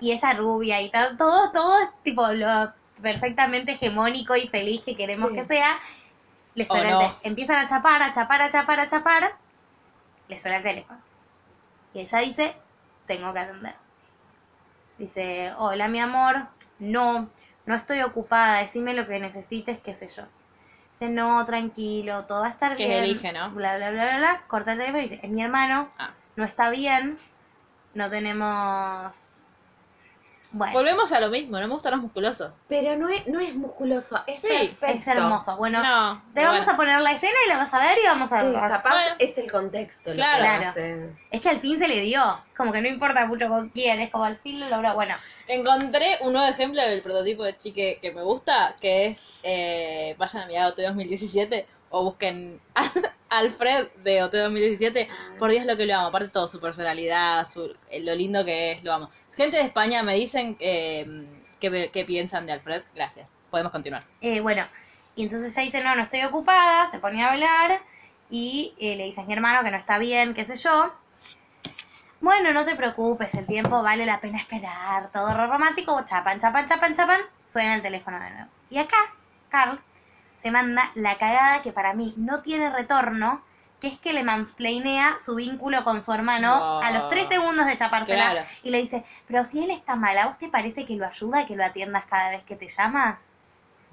S2: Y ella rubia y todo, todo, todo es tipo lo perfectamente hegemónico y feliz que queremos
S3: Sí.
S2: que sea. Le
S1: O
S2: suena el
S1: no.
S2: tel- Empiezan a chapar, a chapar, a chapar, a chapar. Le suena el teléfono. Y ella dice, tengo que atender. Dice, hola mi amor, no, no estoy ocupada, decime lo que necesites, qué sé yo. Dice, no, tranquilo, todo va a estar
S1: Que
S2: bien.
S1: elige, ¿no?
S2: Bla, bla, bla, bla, bla. Corta el teléfono y dice, es mi hermano,
S1: Ah.
S2: no está bien, no tenemos... Bueno,
S1: Volvemos a lo mismo, no me gustan los musculosos.
S3: Pero no es, no es musculoso, es
S1: Sí,
S3: perfecto.
S2: es hermoso. Bueno,
S1: No.
S2: te vamos a poner la escena y la vas a ver y vamos a
S3: Sí,
S2: ver.
S3: capaz
S1: Bueno.
S3: es el contexto lo
S1: Claro.
S3: que
S2: Claro.
S3: hace.
S2: Es que al fin se le dio. Como que no importa mucho con quién, es como al fin lo logró. Bueno,
S1: Encontré un nuevo ejemplo del prototipo de chique que me gusta, que es, eh, vayan a mirar OT 2017 o busquen a Alfred de OT 2017.
S3: Ah.
S1: Por Dios lo que lo amo, aparte todo, su personalidad, su, eh, lo lindo que es, lo amo. Gente de España me dicen eh, qué, qué piensan de Alfred. Gracias. Podemos continuar.
S2: Eh, bueno, y entonces ella dice, no, no estoy ocupada, se pone a hablar y eh, le dice a mi hermano que no está bien, qué sé yo. Bueno, no te preocupes, el tiempo vale la pena esperar, todo ro- romántico, chapan, chapan, chapan, chapan, suena el teléfono de nuevo. Y acá, Carl se manda la cagada que para mí no tiene retorno, que es que le mansplainea su vínculo con su hermano
S1: No.
S2: a los tres segundos de chapársela
S1: Claro.
S2: y le dice, pero si él está mal, ¿a vos te parece que lo ayuda, que lo atiendas cada vez que te llama?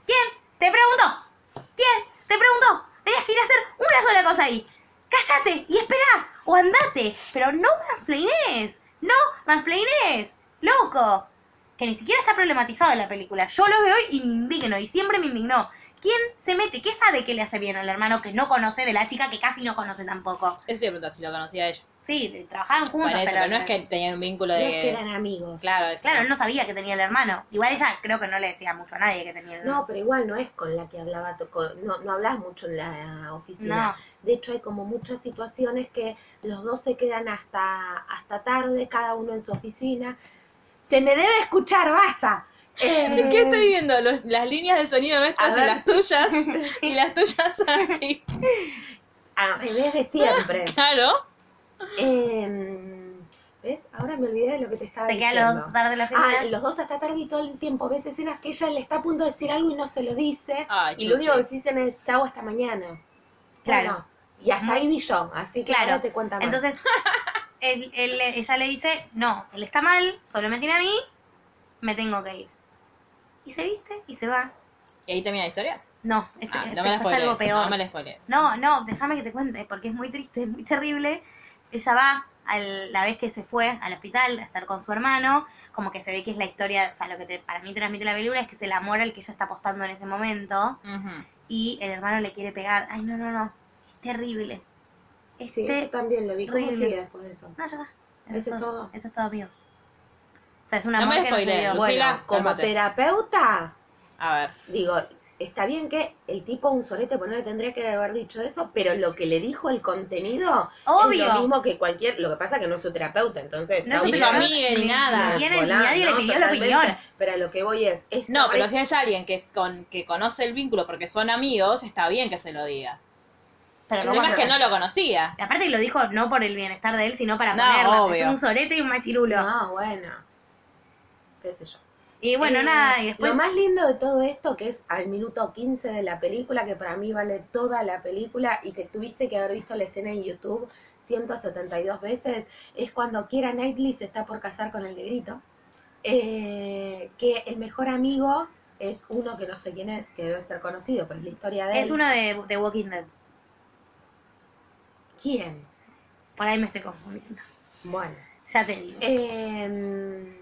S2: ¿Quién? Te preguntó. ¿Quién? Te preguntó. Tenías que ir a hacer una sola cosa ahí. Cállate y espera o andate, pero no mansplainés. No mansplainés. Loco. Que ni siquiera está problematizado en la película. Yo lo veo y me indigno y siempre me indignó. ¿Quién se mete? ¿Qué sabe que le hace bien al hermano que no conoce de la chica que casi no conoce tampoco?
S1: Eso te preguntar si lo conocía a ellos.
S2: Sí, de- trabajaban juntos,
S1: Parece,
S2: pero
S1: pero no es que tenían un vínculo
S3: No
S1: de...
S3: es que eran amigos.
S1: Claro, eso
S2: Claro,
S1: no.
S2: no sabía que tenía el hermano. Igual ella creo que no le decía mucho a nadie que tenía el hermano.
S3: No, pero igual no es con la que hablaba, tu co- no, no hablas mucho en pues la oficina. De hecho, hay como muchas situaciones que los dos se quedan hasta, hasta tarde, cada uno en su oficina. Se me debe escuchar, basta. Eh,
S1: ¿Qué estoy viendo? Los- las líneas de sonido
S3: A
S1: nuestras y
S3: ver.
S1: las tuyas. Y las tuyas son así.
S3: ah, en vez de siempre.
S1: Claro.
S3: Eh, ¿Ves? Ahora me olvidé de lo que te estaba
S2: Se
S3: diciendo.
S2: queda los dos tarde en la
S3: Ah,
S2: oficina.
S3: los dos hasta tarde y todo el tiempo. Ves escenas que ella le está a punto de decir algo y no se lo dice.
S1: Ay,
S3: y lo
S1: chuchi.
S3: único que se dicen es chau hasta mañana.
S2: Claro.
S3: Bueno, y hasta ahí vi yo. Así que
S2: Claro.
S3: ahora te cuenta más.
S2: Entonces, él- él- ella le dice, no, él está mal, solo me tiene a mí, me tengo que ir. Y se viste y se va.
S1: ¿Y ahí termina la historia?
S2: No, es
S1: Ah,
S2: que
S1: no me la
S2: pasa
S1: spoilees,
S2: algo peor.
S1: No me la spoilees.
S2: No, no, déjame que te cuente, porque es muy triste, es muy terrible. Ella va, al- la vez que se fue al hospital a estar con su hermano, como que se ve que es la historia, o sea, lo que te- para mí transmite la película es que es el amor al que ella está apostando en ese momento,
S1: Ujú.
S2: y el hermano le quiere pegar. Ay, no, no, no, es terrible. Este, Es
S3: Sí,
S2: te-
S3: eso también lo vi. ¿Cómo
S2: horrible.
S3: sigue después de eso?
S2: No, ya está.
S3: Eso es todo.
S2: Eso es todo, amigos. O sea, es un
S1: No
S2: amor
S1: me
S2: que no se
S1: spoilees,
S2: dio.
S1: Lucía.
S3: Bueno,
S1: Lucila,
S3: como
S1: cálmate.
S3: terapeuta,
S1: A ver.
S3: digo, está bien que el tipo un solete, pues no le tendría que haber dicho eso, pero lo que le dijo el contenido es
S2: Obvio.
S3: lo mismo que cualquier, lo que pasa que no es su terapeuta, entonces
S2: No es
S3: chau,
S2: un
S1: Ni su
S3: chau.
S2: terapeuta,
S1: amiga, ni nada.
S2: Ni, tiene- ni
S3: Volá,
S2: nadie le
S3: no,
S2: pidió la
S3: totalmente.
S2: opinión.
S3: Pero a lo que voy es, esta
S1: No, pero
S3: vez-
S1: si es alguien que, con, que conoce el vínculo porque son amigos, está bien que se lo diga.
S2: Pero
S1: El
S2: lo
S1: tema es
S2: guardo.
S1: que no lo conocía.
S2: Aparte que lo dijo no por el bienestar de él, sino para
S1: No,
S2: ponerlas. Es
S1: obvio.
S2: un sorete y un machirulo.
S3: No, Ah, bueno, qué sé yo.
S2: Y bueno,
S3: Eh,
S2: nada, y después...
S3: Lo más lindo de todo esto, que es al minuto 15 de la película, que para mí vale toda la película y que tuviste que haber visto la escena en YouTube 172 veces, es cuando Kiera Knightley se está por casar con el negrito. eh, que el mejor amigo es uno que no sé quién es, que debe ser conocido, pero es la historia de
S2: Es
S3: él.
S2: uno de, de Walking Dead.
S3: ¿Quién?
S2: Por ahí me estoy confundiendo.
S3: Bueno.
S2: Ya te digo.
S3: Eh,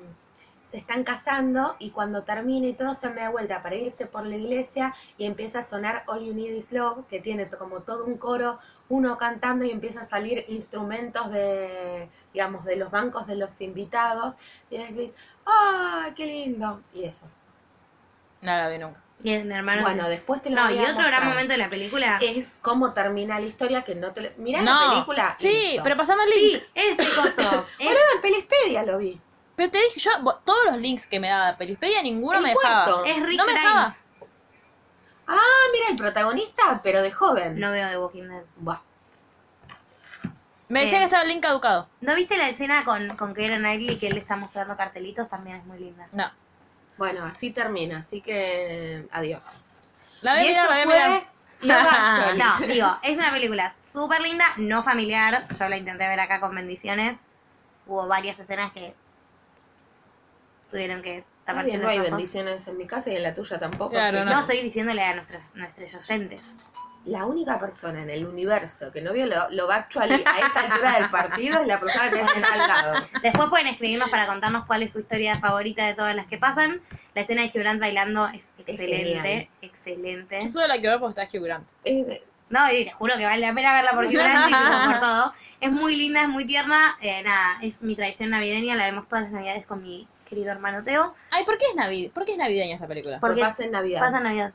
S3: se están casando y cuando termine y todo se me da vuelta para irse por la iglesia y empieza a sonar All You Need Is Love, que tiene to- como todo un coro, uno cantando y empieza a salir instrumentos de, digamos, de los bancos de los invitados y decís, ¡ah, qué lindo! Y eso.
S1: No lo vi nunca.
S2: Y el hermano...
S3: Bueno, después te lo
S2: no,
S3: voy
S2: y
S3: a
S2: otro
S3: mostrar.
S2: gran momento de la película...
S3: es cómo termina la historia que no te... lo- Mirá
S1: no.
S3: la película.
S1: Sí,
S3: listo.
S1: pero pasame el link.
S2: Sí, este coso. es-
S3: Boludo, en Pelispedia lo vi.
S1: Pero te dije, yo, bo- todos los links que me daba Pelispedia, ninguno
S3: El
S1: me
S3: cuarto.
S1: dejaba.
S2: es Rick
S1: no me dejaba.
S2: Grimes.
S3: Ah, mira, el protagonista, pero de joven.
S2: No veo The Walking Dead.
S3: Buah.
S1: Me decía
S2: Eh.
S1: que estaba el link caducado.
S2: ¿No viste la escena con, con Keira Knightley que él le está mostrando cartelitos? También es muy linda.
S1: No.
S3: Bueno, así termina, así que adiós.
S1: La voy a
S3: Y
S1: mirar,
S3: eso
S1: la voy a
S3: fue
S1: mirar.
S3: Love Actually.
S2: No, digo, es una película súper linda, no familiar. Yo la intenté ver acá con bendiciones. Hubo varias escenas que tuvieron que
S3: Está
S2: taparse
S3: bien, no
S2: los
S3: hay
S2: ojos.
S3: bendiciones en mi casa y en la tuya tampoco.
S1: Claro,
S3: así
S2: No,
S3: que-
S2: estoy diciéndole a nuestros, nuestros oyentes.
S3: La única persona en el universo que no vio lo, Love Actually a esta altura del partido es la persona que tiene al lado.
S2: Después pueden escribirnos para contarnos cuál es su historia favorita de todas las que pasan. La escena de Hugh Grant bailando es excelente,
S3: genial.
S2: excelente.
S1: Yo solo la quiero ver porque está Hugh Grant.
S3: Es de-
S2: No, y te juro que vale la pena verla por Hugh Grant y tipo por todo. Es muy linda, es muy tierna. Eh, nada, es mi tradición navideña, la vemos todas las navidades con mi querido hermano Teo.
S1: Ay, ¿por qué es, navi ¿por qué es navideña esta película?
S2: Porque
S3: pasa en Navidad.
S2: Pasa Navidad.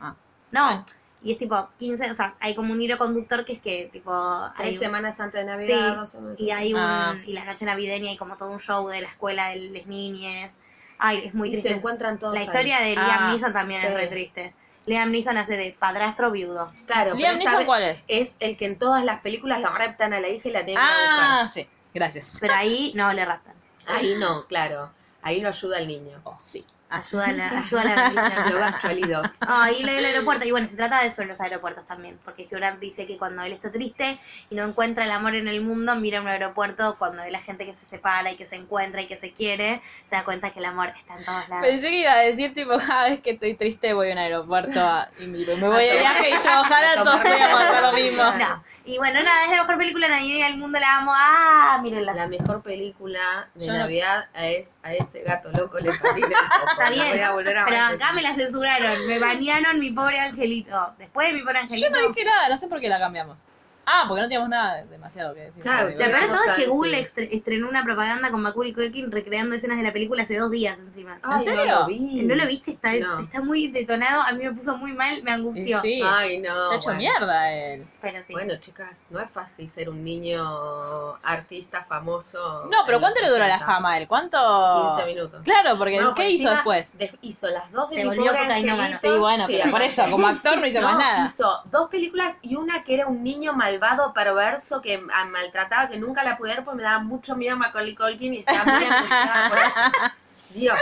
S1: Ah.
S2: No, y es tipo 15, o sea, hay como un hilo conductor que es que tipo...
S3: Tres
S2: Hay,
S3: semanas antes de Navidad,
S2: sí,
S3: dos semanas
S2: y hay un...
S1: Ah.
S2: Y la noche navideña hay como todo un show de la escuela de las niñas. Ay, es muy
S3: y se
S2: triste.
S3: encuentran todos.
S2: La
S3: ahí.
S2: historia de Liam
S1: Ah,
S2: Neeson también
S3: sí.
S2: es re triste. Liam Neeson hace de padrastro viudo.
S3: Claro,
S1: Liam
S3: pero esta
S1: Neeson,
S3: vez
S1: ¿cuál es?
S3: Es el que en todas las películas la raptan a la hija y la tienen
S1: Ah, sí. Gracias.
S2: Pero ahí no le raptan.
S3: a buscar. Ahí no, claro. Ahí no ayuda al niño.
S1: Oh, sí.
S2: Ayuda a la, ayuda a la religión.
S3: Love Actually 2.
S2: Ay, Ah, y lo del aeropuerto. Y bueno, se trata de eso en los aeropuertos también. Porque Hugh Grant dice que cuando él está triste y no encuentra el amor en el mundo, mira un aeropuerto cuando ve la gente que se separa y que se encuentra y que se quiere, se da cuenta que el amor está en todos lados.
S1: Pensé que iba a decir, tipo, cada vez que estoy triste voy a un aeropuerto a- y me, me voy de
S3: tomar-
S1: viaje y yo,
S3: a
S1: ojalá
S3: tomar
S1: todos
S3: mate.
S1: podíamos hacer lo mismo.
S2: No. Y bueno, nada, es la mejor película navideña del mundo, la amo. Ah, mírenla.
S3: La mejor película de
S1: Yo no-
S3: Navidad a, es, a ese gato loco le patina el coco. La
S2: Está bien,
S3: voy a volver a
S2: pero
S3: ver.
S2: acá me la censuraron, me bañaron mi pobre angelito. Después de mi pobre angelito.
S1: Yo no dije nada, no sé por qué la cambiamos. Ah, porque no teníamos nada demasiado que decir.
S3: Claro,
S1: Amigo.
S2: La peor de todo es
S3: Vamos a
S2: que Google
S3: decir.
S2: estre- estrenó una propaganda con Macaulay Culkin recreando escenas de la película hace dos días encima.
S3: Ay,
S1: ¿En
S3: No
S1: serio?
S3: lo vi.
S2: ¿No lo viste? Está,
S3: No.
S2: está muy detonado, a mí me puso muy mal, me
S1: Y
S2: angustió.
S1: sí,
S3: Ay, Ah, no.
S1: está hecho
S3: bueno.
S1: mierda él.
S2: Pero sí.
S3: Bueno, chicas, no es fácil ser un niño artista famoso.
S1: No, pero
S3: en los
S1: ¿cuánto le duró la
S3: 80?
S1: fama a él? ¿Cuánto?
S3: 15 minutos.
S1: Claro, porque
S3: No,
S1: ¿qué
S3: pues
S1: hizo
S3: encima
S1: después?
S3: de- hizo las dos de
S2: Se
S3: Mi
S2: volvió
S3: Pobre
S2: cocainómano.
S3: Angelito.
S1: Sí, bueno, pero por eso, como actor no hizo
S3: No,
S1: más nada.
S3: hizo dos películas y una que era un niño malvado, perverso, que ah, maltrataba, que nunca la pude ver porque me daba mucho miedo a Macaulay Culkin y estaba muy angustiada por eso. Dios.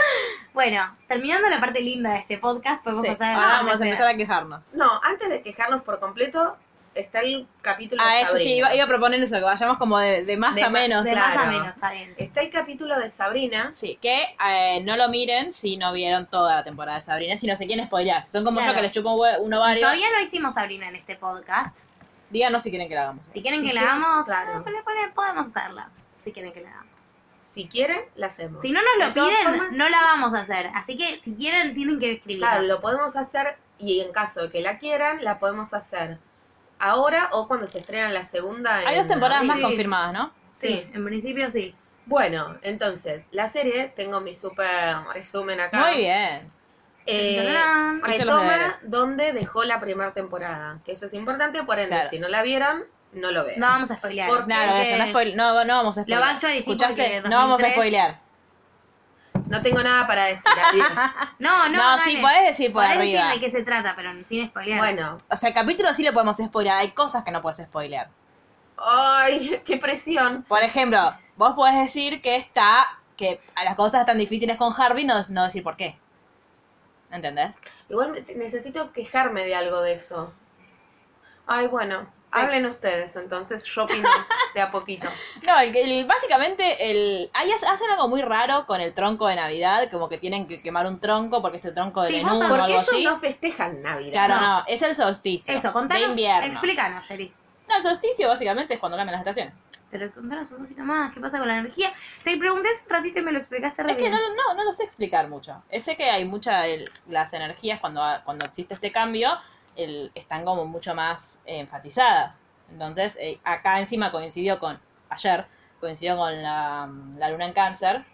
S2: Bueno, terminando la parte linda de este podcast, podemos
S1: Sí,
S2: pasar a la
S1: Ahora
S2: parte
S1: vamos a
S2: fea.
S1: empezar a quejarnos.
S3: No, antes de quejarnos por completo, está el capítulo
S1: Ah,
S3: de
S1: eso sí,
S3: Sabrina.
S1: iba, iba a proponer eso, que vayamos como de, de más
S3: De
S1: a
S3: ma-
S1: menos.
S2: De más a
S3: claro.
S2: menos, está bien.
S3: Está el capítulo de Sabrina.
S1: Sí, que eh, no lo miren si no vieron toda la temporada de Sabrina, si no se quieren spoilear. Si Son como
S2: Claro.
S1: yo que les chupo un hue- un ovario.
S2: Todavía no hicimos Sabrina en este podcast.
S1: Díganos si quieren que la hagamos.
S2: Si quieren
S3: Si
S2: que la
S3: quieren,
S2: hagamos,
S3: claro.
S2: eh, pone- pone- podemos hacerla. Si quieren que la hagamos.
S3: Si quieren, la hacemos.
S2: Si no nos
S3: De
S2: lo
S3: todas
S2: piden,
S3: formas-
S2: no la vamos a hacer. Así que si quieren, tienen que escribir.
S3: Claro, Ah, lo podemos hacer y en caso de que la quieran, la podemos hacer ahora o cuando se estrena la segunda.
S1: Hay
S3: en
S2: Eh,
S1: dos temporadas más
S3: abril.
S1: confirmadas, ¿no?
S2: Sí,
S3: Sí.
S2: en principio sí.
S3: Bueno, entonces, la serie, tengo mi super resumen acá.
S1: Muy bien.
S3: Eh,
S2: Tararán.
S1: Hice los
S3: retoma
S1: deberes.
S3: donde dejó la primera temporada, que eso es importante, por ende,
S1: Claro.
S3: si no la vieron, no lo vean.
S2: No vamos a spoilear.
S3: Por-
S1: Claro,
S2: Porque-
S1: eso, no, spoil- no, no vamos a spoilear.
S2: va a actualizar porque
S1: ¿Escuchaste? No vamos a
S2: 2003.
S1: spoilear.
S3: No tengo nada para decir, adiós.
S2: No, no,
S1: No,
S2: dale.
S1: sí, podés decir por
S2: Podés
S1: arriba.
S2: decir de qué se trata, pero sin spoilear.
S3: bueno,
S1: O sea, el capítulo sí lo podemos spoilear. Hay cosas que no puedes spoilear.
S3: ay, qué presión.
S1: Por ejemplo, vos podés decir que está, que a las cosas tan difíciles con Harvey no, no decir por qué. ¿Entendés?
S3: Igual me- necesito quejarme de algo de eso. Ay, bueno, hablen ustedes, entonces yo opino de a poquito.
S1: No, el, que- el- básicamente, el, ahí hace- hacen algo muy raro con el tronco de Navidad, como que tienen que quemar un tronco porque es el tronco de
S2: Sí,
S1: Lenú
S2: vos
S1: o
S2: sabés
S3: Porque
S1: algo
S3: ellos
S1: así.
S3: no festejan Navidad.
S1: Claro,
S2: no.
S1: no. es el solsticio.
S2: Eso,
S1: de
S2: contanos.
S1: invierno.
S2: Explícanos, Jerry.
S1: No, el solsticio básicamente es cuando cambian las estaciones.
S2: Pero contanos un poquito más, ¿qué pasa con la energía? Te pregunté hace un ratito y me lo explicaste re
S1: Es que
S2: bien.
S1: no, no, no lo sé explicar mucho. Eh, Sé que hay muchas las energías cuando, cuando existe este cambio, el- están como mucho más eh, enfatizadas. Entonces, eh, acá encima coincidió con, ayer, coincidió con la, la luna en cáncer.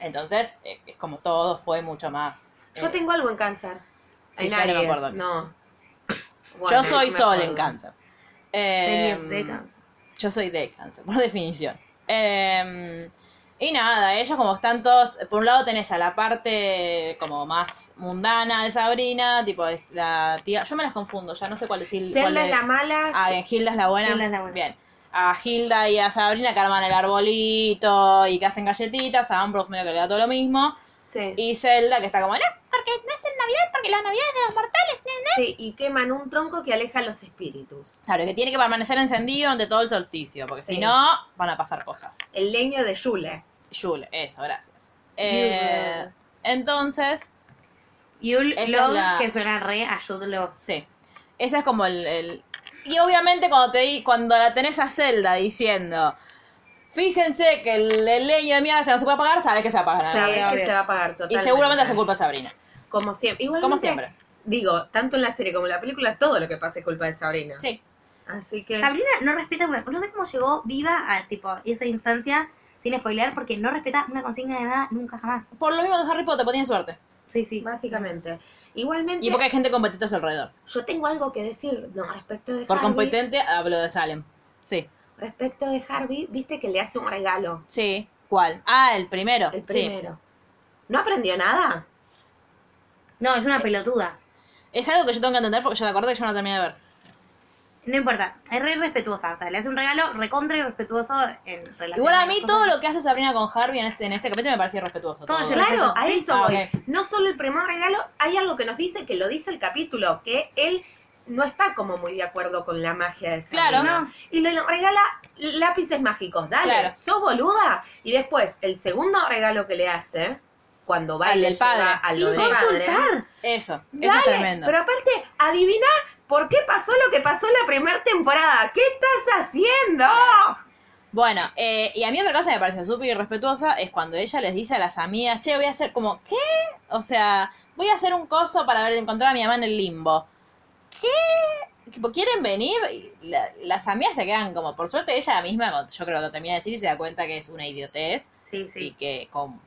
S1: Entonces, eh, es como todo fue mucho más. eh,
S3: Yo tengo algo en cáncer.
S1: Sí,
S3: en
S1: yo no me
S3: Aries,
S1: acuerdo.
S3: no.
S1: yo
S3: Bueno,
S1: soy
S3: no me
S1: sol
S3: acuerdo.
S1: en cáncer. Eh,
S2: Tenías de cáncer.
S1: Yo soy de cáncer, por definición. Eh, y nada, ellos como están todos, por un lado tenés a la parte como más mundana de Sabrina, tipo es la tía, yo me las confundo, ya no sé cuál es el... cuál
S3: Zelda es la mala.
S1: Ah, bien, Hilda es la buena.
S2: Hilda es la buena.
S1: Bien. A Hilda y a Sabrina que arman el arbolito y que hacen galletitas, a Ambrose medio que le da todo lo mismo.
S3: sí.
S1: Y Zelda que está como, no, porque no es en Navidad, porque la Navidad es de los mortales. ne, ne".
S3: Sí, y queman un tronco que aleja los espíritus.
S1: Claro, que tiene que permanecer encendido durante todo el solsticio, porque
S3: Sí.
S1: si no, van a pasar cosas.
S3: El leño de Yule.
S1: Yule, eso, gracias. Eh,
S3: Yule.
S1: entonces,
S2: Yul
S1: Esa es
S2: Log,
S1: la-
S2: que suena re a Jude Law.
S1: sí. Ese es como el, el- Y obviamente cuando te di- cuando la tenés a Zelda diciendo, fíjense que el, el leño de mierda que no se puede apagar, sabes que se apaga. ¿no?
S3: Sabes
S2: obvio.
S3: que se va a pagar
S1: y
S3: totalmente.
S1: seguramente hace culpa a Sabrina.
S3: Como siempre. Igualmente,
S1: Como siempre.
S3: Digo, tanto en la serie como en la película, todo lo que pasa es culpa de Sabrina.
S1: Sí.
S3: Así que.
S2: Sabrina no respeta una... No sé cómo llegó viva a tipo esa instancia sin spoilear porque no respeta una consigna de nada nunca jamás.
S1: Por lo mismo que Harry Potter, porque tienen suerte.
S2: Sí, sí.
S3: Básicamente. Igualmente,
S1: Y porque hay gente competente a su alrededor.
S3: yo tengo algo que decir no, respecto de
S1: Por
S3: Harvey.
S1: competente hablo de Salem. Sí.
S3: Respecto de Harvey, viste que le hace un regalo.
S1: Sí. ¿Cuál? Ah, el primero.
S3: El
S1: Sí.
S3: primero. ¿No aprendió nada?
S2: No, es
S1: Eh.
S2: una pelotuda.
S1: Es algo que yo tengo que entender porque yo te acordé que yo no terminé de ver.
S2: No importa, es re respetuosa, o sea, le hace un regalo recontra y respetuoso en relación
S1: Igual a
S2: las
S1: mí
S2: cosas.
S1: todo lo que hace Sabrina con Harvey en este, en este capítulo me parecía irrespetuoso.
S2: Todo yo-
S3: Claro,
S2: respeto.
S3: a eso
S1: Ah,
S3: voy.
S1: ok.
S3: No solo el primer regalo, hay algo que nos dice que lo dice el capítulo, que él no está como muy de acuerdo con la magia de Sabrina.
S1: Claro.
S3: Y le regala lápices mágicos. Dale,
S1: Claro.
S3: sos boluda. Y después, el segundo regalo que le hace, cuando va
S1: Al
S3: y le
S1: del
S3: lleva
S1: padre.
S3: a lo
S2: sin
S3: del padre.
S2: consultar.
S1: Eso, eso es
S3: Dale,
S1: tremendo.
S3: pero aparte, adivina por qué pasó lo que pasó la primera temporada. ¿Qué estás haciendo?
S1: Bueno, eh, y a mí otra cosa que me pareció súper irrespetuosa es cuando ella les dice a las amigas, che, voy a hacer como, ¿qué? O sea, voy a hacer un coso para ver encontrar a mi mamá en el limbo. ¿Qué? Tipo, ¿Quieren venir? Y la- las amigas se quedan como, por suerte ella misma, cuando- yo creo que lo termina de decir y se da cuenta que es una idiotez.
S2: Sí,
S1: y
S2: sí.
S1: que como,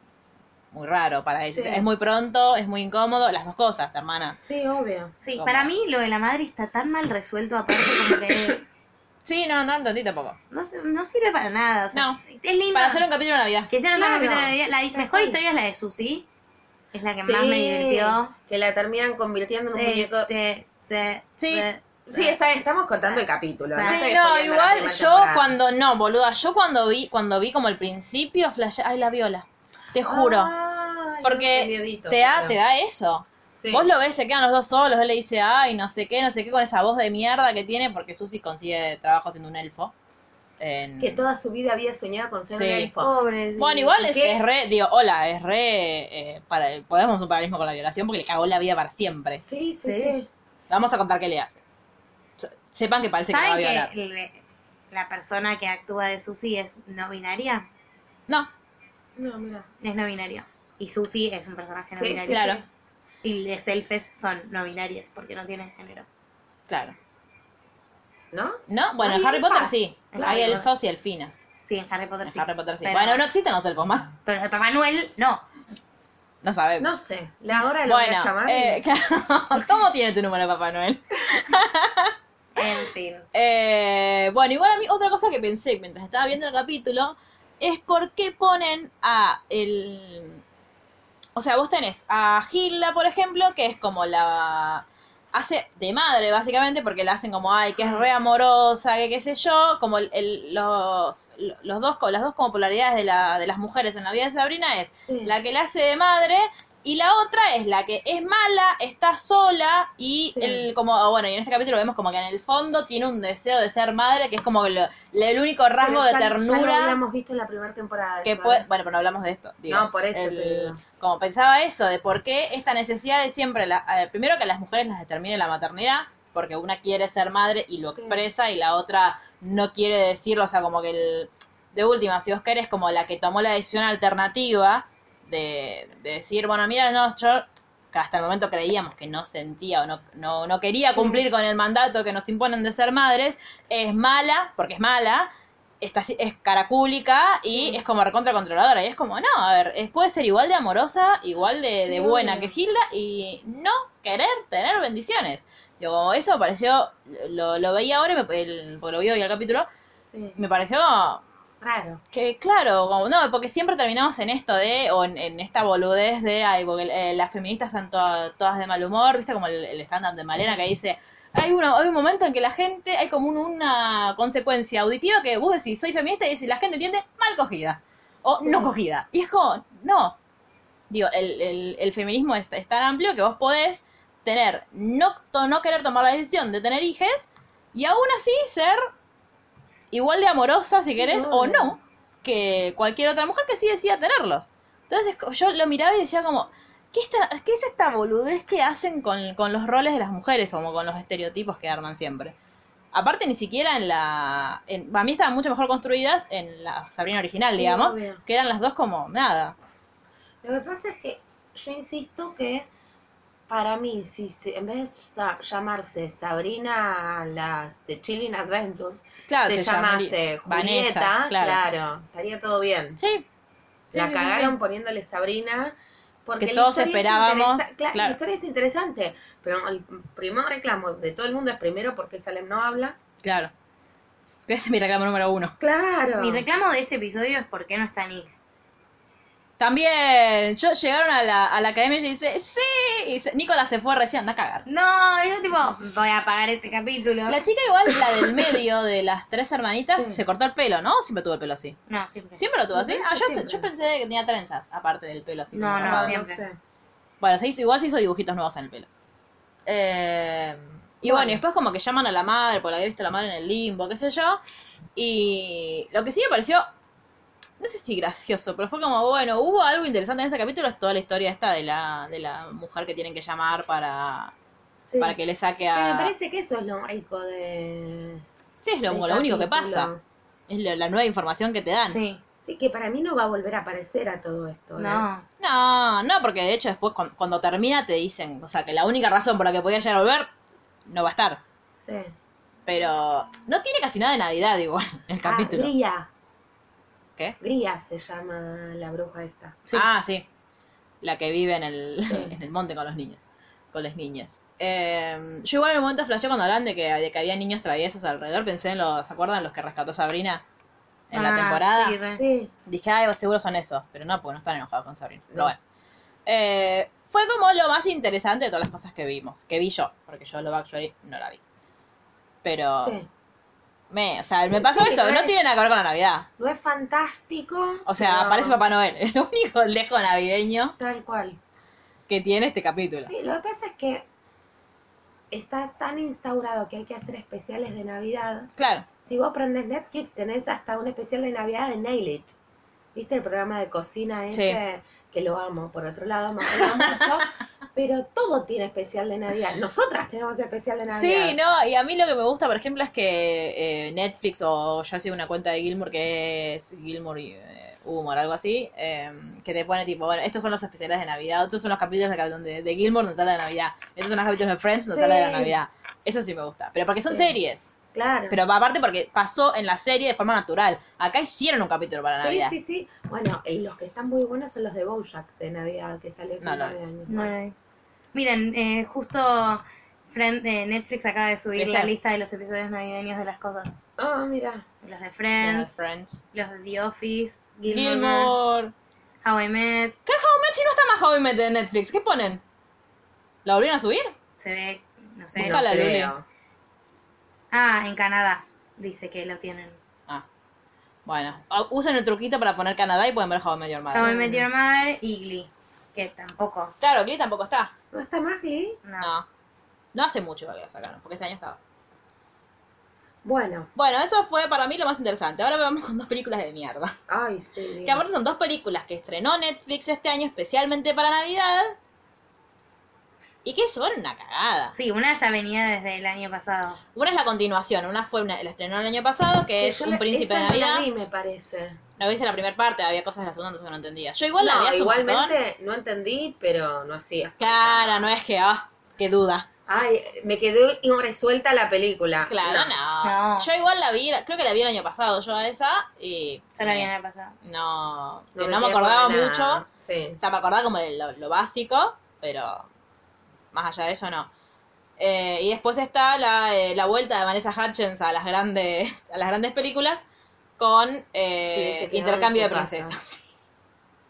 S1: muy raro para ellos.
S3: Sí.
S1: Es muy pronto, es muy incómodo, las dos cosas, hermanas.
S3: Sí, obvio.
S2: Sí,
S1: Toma.
S2: para mí lo de la madre está tan mal resuelto aparte como que
S1: Sí, no, no entendí tampoco.
S2: no, se- no sirve para nada. o sea,
S1: No.
S2: Es lindo.
S1: Para hacer un capítulo de Navidad.
S2: Que hicieron hacer
S3: Claro.
S2: un capítulo de Navidad. La mejor
S3: cual.
S2: historia es la de Susi. Es la que más me divirtió.
S3: Que la terminan convirtiendo en un
S1: Eh,
S2: Te-
S3: muñeco.
S2: te- te-
S1: Sí.
S2: te-
S3: Sí, está, estamos contando el capítulo.
S2: Sí,
S3: estoy
S1: Sí, no,
S3: spoileando la
S1: igual
S3: primera
S1: yo
S3: temporada.
S1: cuando, no, boluda, yo cuando vi, cuando vi como el principio, flash, ay, la viola,
S3: Ah,
S1: te juro.
S3: Ay,
S1: porque
S3: qué miedito,
S1: te, da,
S3: claro.
S1: te da eso.
S3: Sí.
S1: Vos lo ves, se quedan los dos solos, él le dice, ay, no sé qué, no sé qué, con esa voz de mierda que tiene, porque Susi consigue trabajo siendo un elfo. En-
S3: Que toda su vida había soñado con ser
S1: Sí.
S3: un elfo.
S2: Pobre. sí.
S1: Bueno, igual es,
S3: ¿Qué?
S1: es re, digo, hola, es re, eh, para, podemos un paralelismo con la violación porque le cagó la vida para siempre.
S3: Sí, sí,
S2: Sí.
S3: sí.
S1: Vamos a contar qué le hace. Se- Sepan que parece que la va a
S2: ¿Saben
S1: violar.
S2: que le- la persona que actúa de Susi es no binaria?
S1: No,
S3: No, mira.
S2: Es no binario. Y Susi es un personaje no
S3: Sí,
S2: binario.
S3: sí,
S1: claro,
S3: sí.
S2: Y los elfes son no binarias porque no tienen género.
S1: claro.
S3: ¿No?
S1: ¿No? Bueno,
S3: Hay
S1: en Harry Potter
S3: elfas.
S1: sí.
S2: Claro.
S1: Hay elfos y elfinas.
S2: Sí, Sí, en Harry Potter sí.
S1: Harry Potter sí.
S2: Pero-
S1: Bueno, no existen los elfos más.
S2: Pero Papá Noel, no.
S1: No sabemos.
S3: No sé, la hora lo voy a
S1: bueno,
S3: llamar. y-
S1: eh, claro. ¿cómo tiene tu número de Papá Noel?
S2: En fin.
S1: Eh, bueno, igual a mí otra cosa que pensé mientras estaba viendo el capítulo es por qué ponen a el... O sea, vos tenés a Hilda, por ejemplo, que es como la... Hace de madre, básicamente, porque la hacen como, ay, que es re amorosa, que qué sé yo, como el- el- los, los dos, co- las dos como polaridades de, la, de las mujeres en la vida de Sabrina es
S3: Sí.
S1: la que la hace de madre y la otra es la que es mala, está sola y
S3: Sí.
S1: el como ah, bueno, y en este capítulo vemos como que en el fondo tiene un deseo de ser madre, que es como lo- el único rasgo
S3: Pero
S1: de
S3: ya- Ya lo
S1: ternura
S3: habíamos visto en la primera temporada.
S1: que
S3: eso,
S1: puede,
S3: ¿eh?
S1: bueno, pero no hablamos de esto, digo.
S3: No, por eso
S1: El-
S3: te digo.
S1: como pensaba eso de por qué esta necesidad de siempre la- a ver, primero que a las mujeres las determine la maternidad, porque una quiere ser madre y lo
S3: Sí.
S1: expresa y la otra no quiere decirlo, o sea, como que el de última, si Oscar es como la que tomó la decisión alternativa de, de decir, bueno, mira, no, yo que hasta el momento creíamos que no sentía o no, no, no quería cumplir con el mandato que nos imponen de ser madres, es mala, porque es mala, está, así- es caracúlica y es como recontra controladora. Y es como, no, a ver, es- puede ser igual de amorosa, igual de, de buena que Gilda y no querer tener bendiciones. Digo, como eso me pareció, lo, lo veía ahora, y me- el- porque lo vi hoy al capítulo,
S3: Sí,
S1: me pareció
S3: raro.
S1: que claro, como, no, porque siempre terminamos en esto de, o en, en esta boludez de, ay, porque eh, las feministas están to- todas de mal humor, viste como el el estándar de Malena que dice, hay, una, hay un momento en que la gente, hay como un- una consecuencia auditiva que vos decís, soy feminista, y decís, la gente entiende mal cogida, o no cogida. Y es como, no, digo, el, el- el feminismo es, es tan amplio que vos podés tener, no, to- no querer tomar la decisión de tener hijes, y aún así ser igual de amorosa, si querés, o
S3: obvio.
S1: no, que cualquier otra mujer que sí decida tenerlos. Entonces co- yo lo miraba y decía como, ¿qué, esta- qué es esta boludez que hacen con, con los roles de las mujeres, como con los estereotipos que arman siempre? Aparte, ni siquiera en la... En, a mí estaban mucho mejor construidas en la Sabrina original,
S3: Sí,
S1: digamos,
S3: obvio.
S1: que eran las dos como nada.
S3: Lo que pasa es que yo insisto que para mí, si se- en vez de sa- llamarse Sabrina las de Chilling Adventures,
S1: Claro,
S3: se, llamase
S1: Ah,
S2: eh,
S1: llamaría Vanessa,
S3: Julieta,
S1: claro.
S3: estaría todo bien.
S1: Sí, Sí, sí,
S3: La
S1: sí,
S3: cagaron
S1: sí.
S3: poniéndole Sabrina. Porque
S1: Que
S3: la
S1: todos
S3: historia es
S1: esperábamos,
S3: interesa- cla-
S1: claro.
S3: La historia es interesante, pero el primer reclamo de todo el mundo es primero porque Salem no habla.
S1: claro. Ese es mi reclamo número uno.
S3: Claro.
S2: Mi reclamo de este episodio es por qué no está Nick.
S1: También, yo llegaron a la, a la academia y yo dice, sí, y dice, Nicolás se fue recién, anda a cagar.
S2: No, yo tipo, voy a apagar este capítulo.
S1: La chica igual, la del medio de las tres hermanitas, se cortó el pelo, ¿no? Siempre tuvo el pelo así.
S2: No, siempre.
S1: ¿Siempre lo tuvo así?
S3: parece
S1: Ah, yo,
S3: siempre.
S1: yo pensé que tenía trenzas, aparte del pelo así.
S2: No,
S1: como
S2: no,
S1: rapado.
S3: Ah, no
S2: siempre.
S3: sé.
S1: Bueno, se hizo, igual se hizo dibujitos nuevos en el pelo. Eh, y bueno, y después como que llaman a la madre, porque la había visto a la madre en el limbo, qué sé yo. Y lo que sí me pareció, no sé si gracioso, pero fue como, bueno, hubo algo interesante en este capítulo, es toda la historia esta de la, de la mujer que tienen que llamar para,
S3: Sí.
S1: para que le saque
S3: Pero
S1: a...
S3: me parece que eso es lo rico de.
S1: Sí, es lo,
S3: del
S1: lo único que
S3: capítulo.
S1: pasa. Es lo- la nueva información que te dan.
S2: Sí.
S3: Sí, que para mí no va a volver a aparecer a todo esto. ¿eh?
S2: No.
S1: No, no, porque de hecho después cuan- cuando termina te dicen, o sea, que la única razón por la que podía llegar a volver no va a estar.
S3: Sí. Ah,
S1: Pero no tiene casi nada de Navidad igual el capítulo.
S3: Ah, Gría.
S1: ¿Qué?
S3: Gría se llama la bruja esta.
S1: Ah, sí. La que vive en el,
S3: Sí.
S1: en el monte con los niños. Con las niñas. Eh, yo igual en un momento flashé cuando hablan de que, de que había niños traviesos alrededor. Pensé en los, ¿se acuerdan? Los que rescató Sabrina en la
S2: Ah,
S1: temporada.
S2: sí, re.
S3: Sí.
S1: Dije, ay, seguro son esos. Pero no, porque no están enojados con Sabrina. Pero bueno. Eh, fue como lo más interesante de todas las cosas que vimos. Que vi yo. Porque yo Love Actually no la vi. Pero...
S3: Sí.
S1: Me, o sea, me pasó
S3: Sí,
S1: eso.
S3: no
S1: No
S3: es-
S1: tiene nada que ver con la Navidad.
S3: No es fantástico.
S1: O sea,
S3: pero
S1: aparece Papá Noel. El único lejos navideño
S3: Tal cual.
S1: que tiene este capítulo.
S3: Sí, lo que pasa es que está tan instaurado que hay que hacer especiales de Navidad.
S1: Claro.
S3: Si vos prendés Netflix, tenés hasta un especial de Navidad de Nail It. ¿Viste el programa de cocina ese? Que lo amo, por otro lado, me acuerdo mucho. Pero todo tiene especial de Navidad. Nosotras tenemos especial de Navidad.
S1: Sí, no, y a mí lo que me gusta, por ejemplo, es que eh, Netflix o yo sigo una cuenta de Gilmour que es Gilmour y, eh, Humor, algo así, eh, que te pone tipo, bueno, estos son los especiales de Navidad, estos son los capítulos de, donde, de Gilmour donde habla de Navidad, estos son los capítulos de Friends donde
S3: Sí.
S1: habla de la Navidad. Eso sí me gusta, pero porque son
S3: Sí.
S1: series.
S3: Claro.
S1: Pero aparte porque pasó en la serie de forma natural. Acá hicieron un capítulo para
S3: sí,
S1: Navidad.
S3: sí, sí. Bueno, y los que están muy buenos son los de Bojack de Navidad, que salió hace
S1: No, no.
S3: nueve años.
S2: No lo vi. Miren, eh, justo Friend- eh, Netflix acaba de subir
S1: ¿Viste?
S2: la lista de los episodios navideños de las cosas.
S3: Ah, mira.
S2: Los de
S1: Yeah,
S2: Friends,
S1: Friends.
S2: los de The Office, Gilmore,
S1: Gilmore.
S2: How I Met,
S1: ¿Qué How I Met si no está más How I Met en Netflix? ¿Qué ponen? ¿La volvieron a subir?
S2: se ve, no sé.
S1: Busca la
S3: creo.
S1: Luli.
S2: Ah, en Canadá, dice que lo tienen.
S1: Ah. Bueno, Ah, usen el truquito para poner Canadá y pueden ver How I Met Your Mother.
S2: How I Met Your Mother y Glee, que tampoco.
S1: Claro, Glee tampoco está.
S3: ¿No está más Glee?
S2: No.
S1: No. No hace mucho que la sacaron, porque este año estaba.
S3: Bueno.
S1: Bueno, eso fue para mí lo más interesante. Ahora vamos con dos películas de mierda.
S3: Ay, sí.
S1: Que aparte son dos películas que estrenó Netflix este año especialmente para Navidad. Y que son una cagada.
S2: Sí, una ya venía desde el año pasado.
S1: Una es la continuación, una fue una, la estrenó el año pasado, que
S3: Que
S1: es
S3: yo
S1: Eh, Un
S3: la-
S1: Príncipe de
S3: esa no la
S1: Navidad.
S3: vi, me parece.
S1: La viste la primera parte, había cosas de la segunda, entonces no entendía. Yo igual la
S3: No,
S1: vi hace un montón.
S3: igualmente no entendí, pero no hacía.
S1: Cara, no es que, ah, qué duda.
S3: Ay, me quedó resuelta la película.
S1: Claro,
S3: No.
S1: no.
S2: No.
S1: Yo igual la vi, creo que la vi el año pasado yo a esa y...
S2: Solo había en el pasado.
S1: No, que no,
S3: No me
S1: me
S3: acuerdo
S1: acordaba
S3: de nada.
S1: mucho.
S3: Sí.
S1: O sea, me acordaba como de lo, lo básico, pero más allá de eso no. Eh, y después está la, eh, la vuelta de Vanessa Hutchins a las grandes, a las grandes películas con eh,
S3: Sí, se quedó
S1: intercambio
S3: en
S1: de
S3: su casa.
S1: princesas.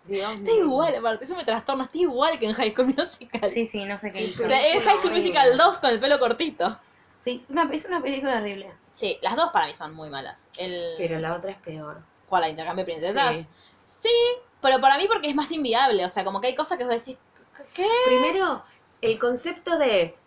S3: Dios
S1: Está igual, aparte, eso me trastorna, está igual que en High School Musical.
S2: Sí, sí, no sé qué hizo.
S1: O sea, es High School Musical 2 con el pelo cortito.
S2: Sí, es una, es una película horrible.
S1: Sí, las dos para mí son muy malas. El,
S3: Pero la otra es peor.
S1: ¿Cuál? ¿La de intercambio de princesas?
S3: Sí.
S1: Sí. pero para mí porque es más inviable. O sea, como que hay cosas que vos decís, ¿qué?
S3: Primero, el concepto de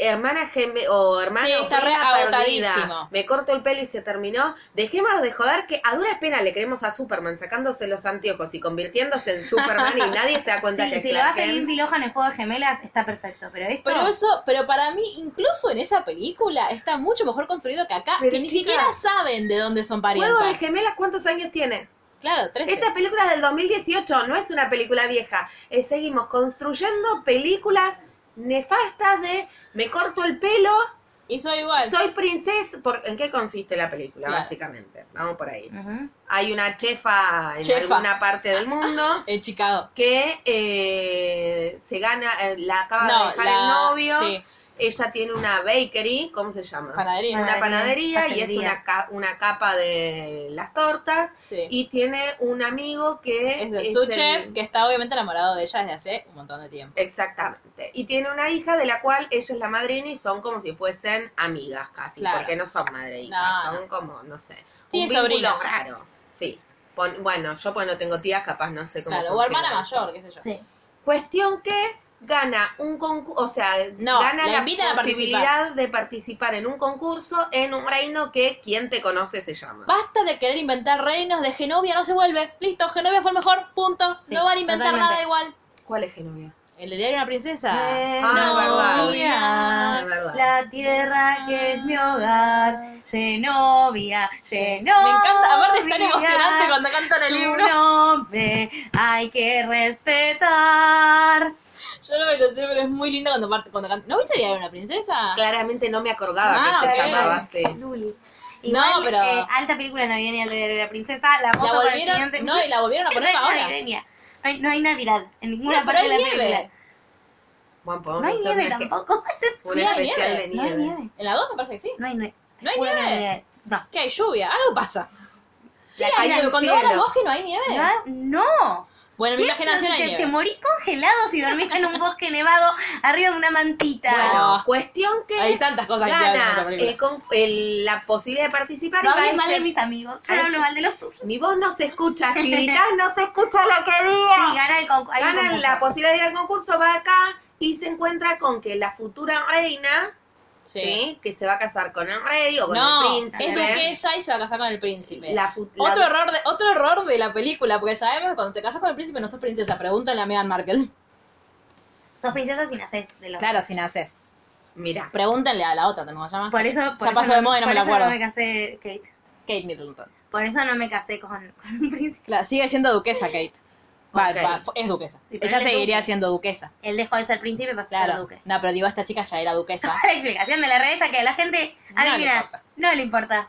S3: hermana geme- o hermano
S1: Sí, está
S3: prima
S1: re
S3: perdida.
S1: agotadísimo.
S3: me corto el pelo y se terminó dejémonos de joder que a duras penas le creemos a Superman sacándose los anteojos y convirtiéndose en Superman y nadie se da cuenta
S2: Sí,
S3: que es
S2: si lo
S3: Clark
S2: hace
S3: Kent.
S2: Lindsay Lohan en Juego de Gemelas, está perfecto. Pero esto...
S1: Pero eso, pero para mí, incluso en esa película, está mucho mejor construido que acá,
S3: Pero,
S1: que ni
S3: chica,
S1: siquiera saben de dónde son parientes.
S3: Juego de gemelas, ¿cuántos años tiene?
S1: Claro, 13.
S3: Esta película es del 2018, no es una película vieja. Eh, seguimos construyendo películas nefastas de me corto el pelo,
S1: Y soy igual.
S3: soy princesa. Por, ¿En qué consiste la película,
S1: Claro.
S3: básicamente? Vamos por ahí.
S2: Ujú.
S3: Hay una chefa en
S1: Chefa.
S3: alguna parte del mundo
S1: En Chicago.
S3: que eh, se gana, eh, la acaba
S1: No,
S3: de dejar
S1: la-
S3: el novio.
S1: sí.
S3: Ella tiene una bakery, ¿cómo se llama?
S1: Panadería.
S3: Una panadería y es
S2: Pastelería.
S3: una, ca- una capa de las tortas.
S1: Sí.
S3: Y tiene un amigo que
S1: es de su
S3: el-
S1: chef, que está obviamente enamorado de ella desde hace un montón de tiempo.
S3: Exactamente. Y tiene una hija de la cual ella es la madrina y son como si fuesen amigas casi,
S1: Claro.
S3: porque no son madre e hija,
S1: No,
S3: son como, no sé,
S1: Tiene
S3: un vínculo
S1: sobrina.
S3: raro. Sí. Pon- bueno, yo pues no tengo tías, capaz no sé cómo
S1: Claro, o
S3: funciona
S1: hermana
S3: eso.
S1: mayor, qué sé yo.
S2: Sí.
S3: Cuestión que gana un concurso, o sea,
S1: No,
S3: gana
S1: la
S3: la,
S1: invitan a
S3: posibilidad de participar en un concurso en un reino que quien te conoce se llama.
S1: Basta de querer inventar reinos de Genovia, no se vuelve. Listo, Genovia fue el mejor, punto.
S2: Sí,
S1: no van a inventar
S2: totalmente.
S1: nada igual. Eh,
S3: ¿Cuál es Genovia?
S1: El de diario de una princesa.
S3: Ah,
S2: Genovia,
S3: verdad. Verdad.
S2: Eh, La tierra que es mi hogar, Genovia, Genovia.
S1: Me encanta, aparte es tan emocionante cuando cantan el
S2: Su
S1: libro.
S2: nombre hay que respetar.
S1: Yo no me lo sé, pero es muy lindo cuando parte cuando canta. ¿No viste Diario de una princesa?
S3: Claramente no me acordaba
S1: Ah,
S3: que se
S1: ok.
S3: llamaba así.
S2: Igual,
S1: No, pero-
S2: eh, alta película navideña el de la princesa, la
S1: La
S2: voto para el
S1: volvieron,
S2: siguiente.
S1: no, y la volvieron a
S2: No
S1: poner
S2: hay
S1: ahora.
S2: navideña. No hay, no hay Navidad en
S1: No,
S2: ninguna
S1: pero
S2: parte
S1: hay
S2: de la
S1: nieve.
S2: película.
S3: Bueno, pues,
S2: No hay nieve tampoco.
S3: Un
S1: Sí, hay
S3: especial
S1: nieve.
S3: de
S2: No hay
S3: nieve.
S2: nieve.
S1: En la 2 me parece que sí.
S2: No hay nieve.
S1: ¿No hay
S2: Pura
S1: nieve?
S2: Navidad. No.
S1: Que hay lluvia, algo pasa. Sí,
S3: La
S1: hay
S3: caída
S1: nieve.
S3: del
S1: Cuando vas al
S3: cielo.
S1: bosque no hay nieve.
S2: No, No.
S1: Bueno, en
S2: ¿Qué?
S1: mi generación
S2: Pero si
S1: hay
S2: te, te
S1: nieve.
S2: morís congelado si dormís en un bosque nevado arriba de una mantita.
S3: Bueno,
S1: No.
S3: cuestión que
S1: Hay tantas cosas que te hablan de esta
S3: gana
S1: película.
S3: el con- el- la posibilidad de participar. y
S2: no
S3: va
S2: hables
S3: este-
S2: mal de mis amigos, yo
S3: Ay.
S1: este-
S2: hablo mal de los tuyos.
S3: Mi voz no se escucha, si gritás no se escucha lo que
S2: Sí,
S3: digo.
S2: gana el concu- hay un
S3: Gana
S2: concurso.
S3: la posibilidad de ir al concurso, va acá y se encuentra con que la futura reina, sí.
S1: Sí.
S3: que se va a casar con el rey o con
S1: No,
S3: el
S1: es
S3: príncipe.
S1: duquesa y se va a casar con el príncipe.
S3: La fu- la-
S1: otro, error de, otro error de la película, porque sabemos que cuando te casas con el príncipe no sos princesa. Pregúntale a Meghan Markle.
S2: Sos princesa sin hacer de los
S1: Claro, si naces.
S3: Mira,
S1: Pregúntale a la otra, ¿cómo se llama?
S2: Por eso, por
S1: ya
S2: eso
S1: pasó de moda y no me
S2: por
S1: la
S2: eso
S1: acuerdo.
S2: me casé, Kate.
S1: Kate Middleton.
S2: Por eso no me casé con, con un príncipe.
S1: Claro, sigue siendo duquesa Kate. Va,
S2: Ok.
S1: va, es duquesa.
S2: Sí, pero
S1: Ella
S2: él es
S1: seguiría
S2: duque.
S1: siendo duquesa.
S2: Él dejó de ser príncipe para
S1: Claro.
S2: ser duque.
S1: No, pero digo, esta chica ya era duquesa.
S2: La explicación de la revista que a la gente,
S1: No le
S2: adivina,
S1: importa.
S2: no le importa.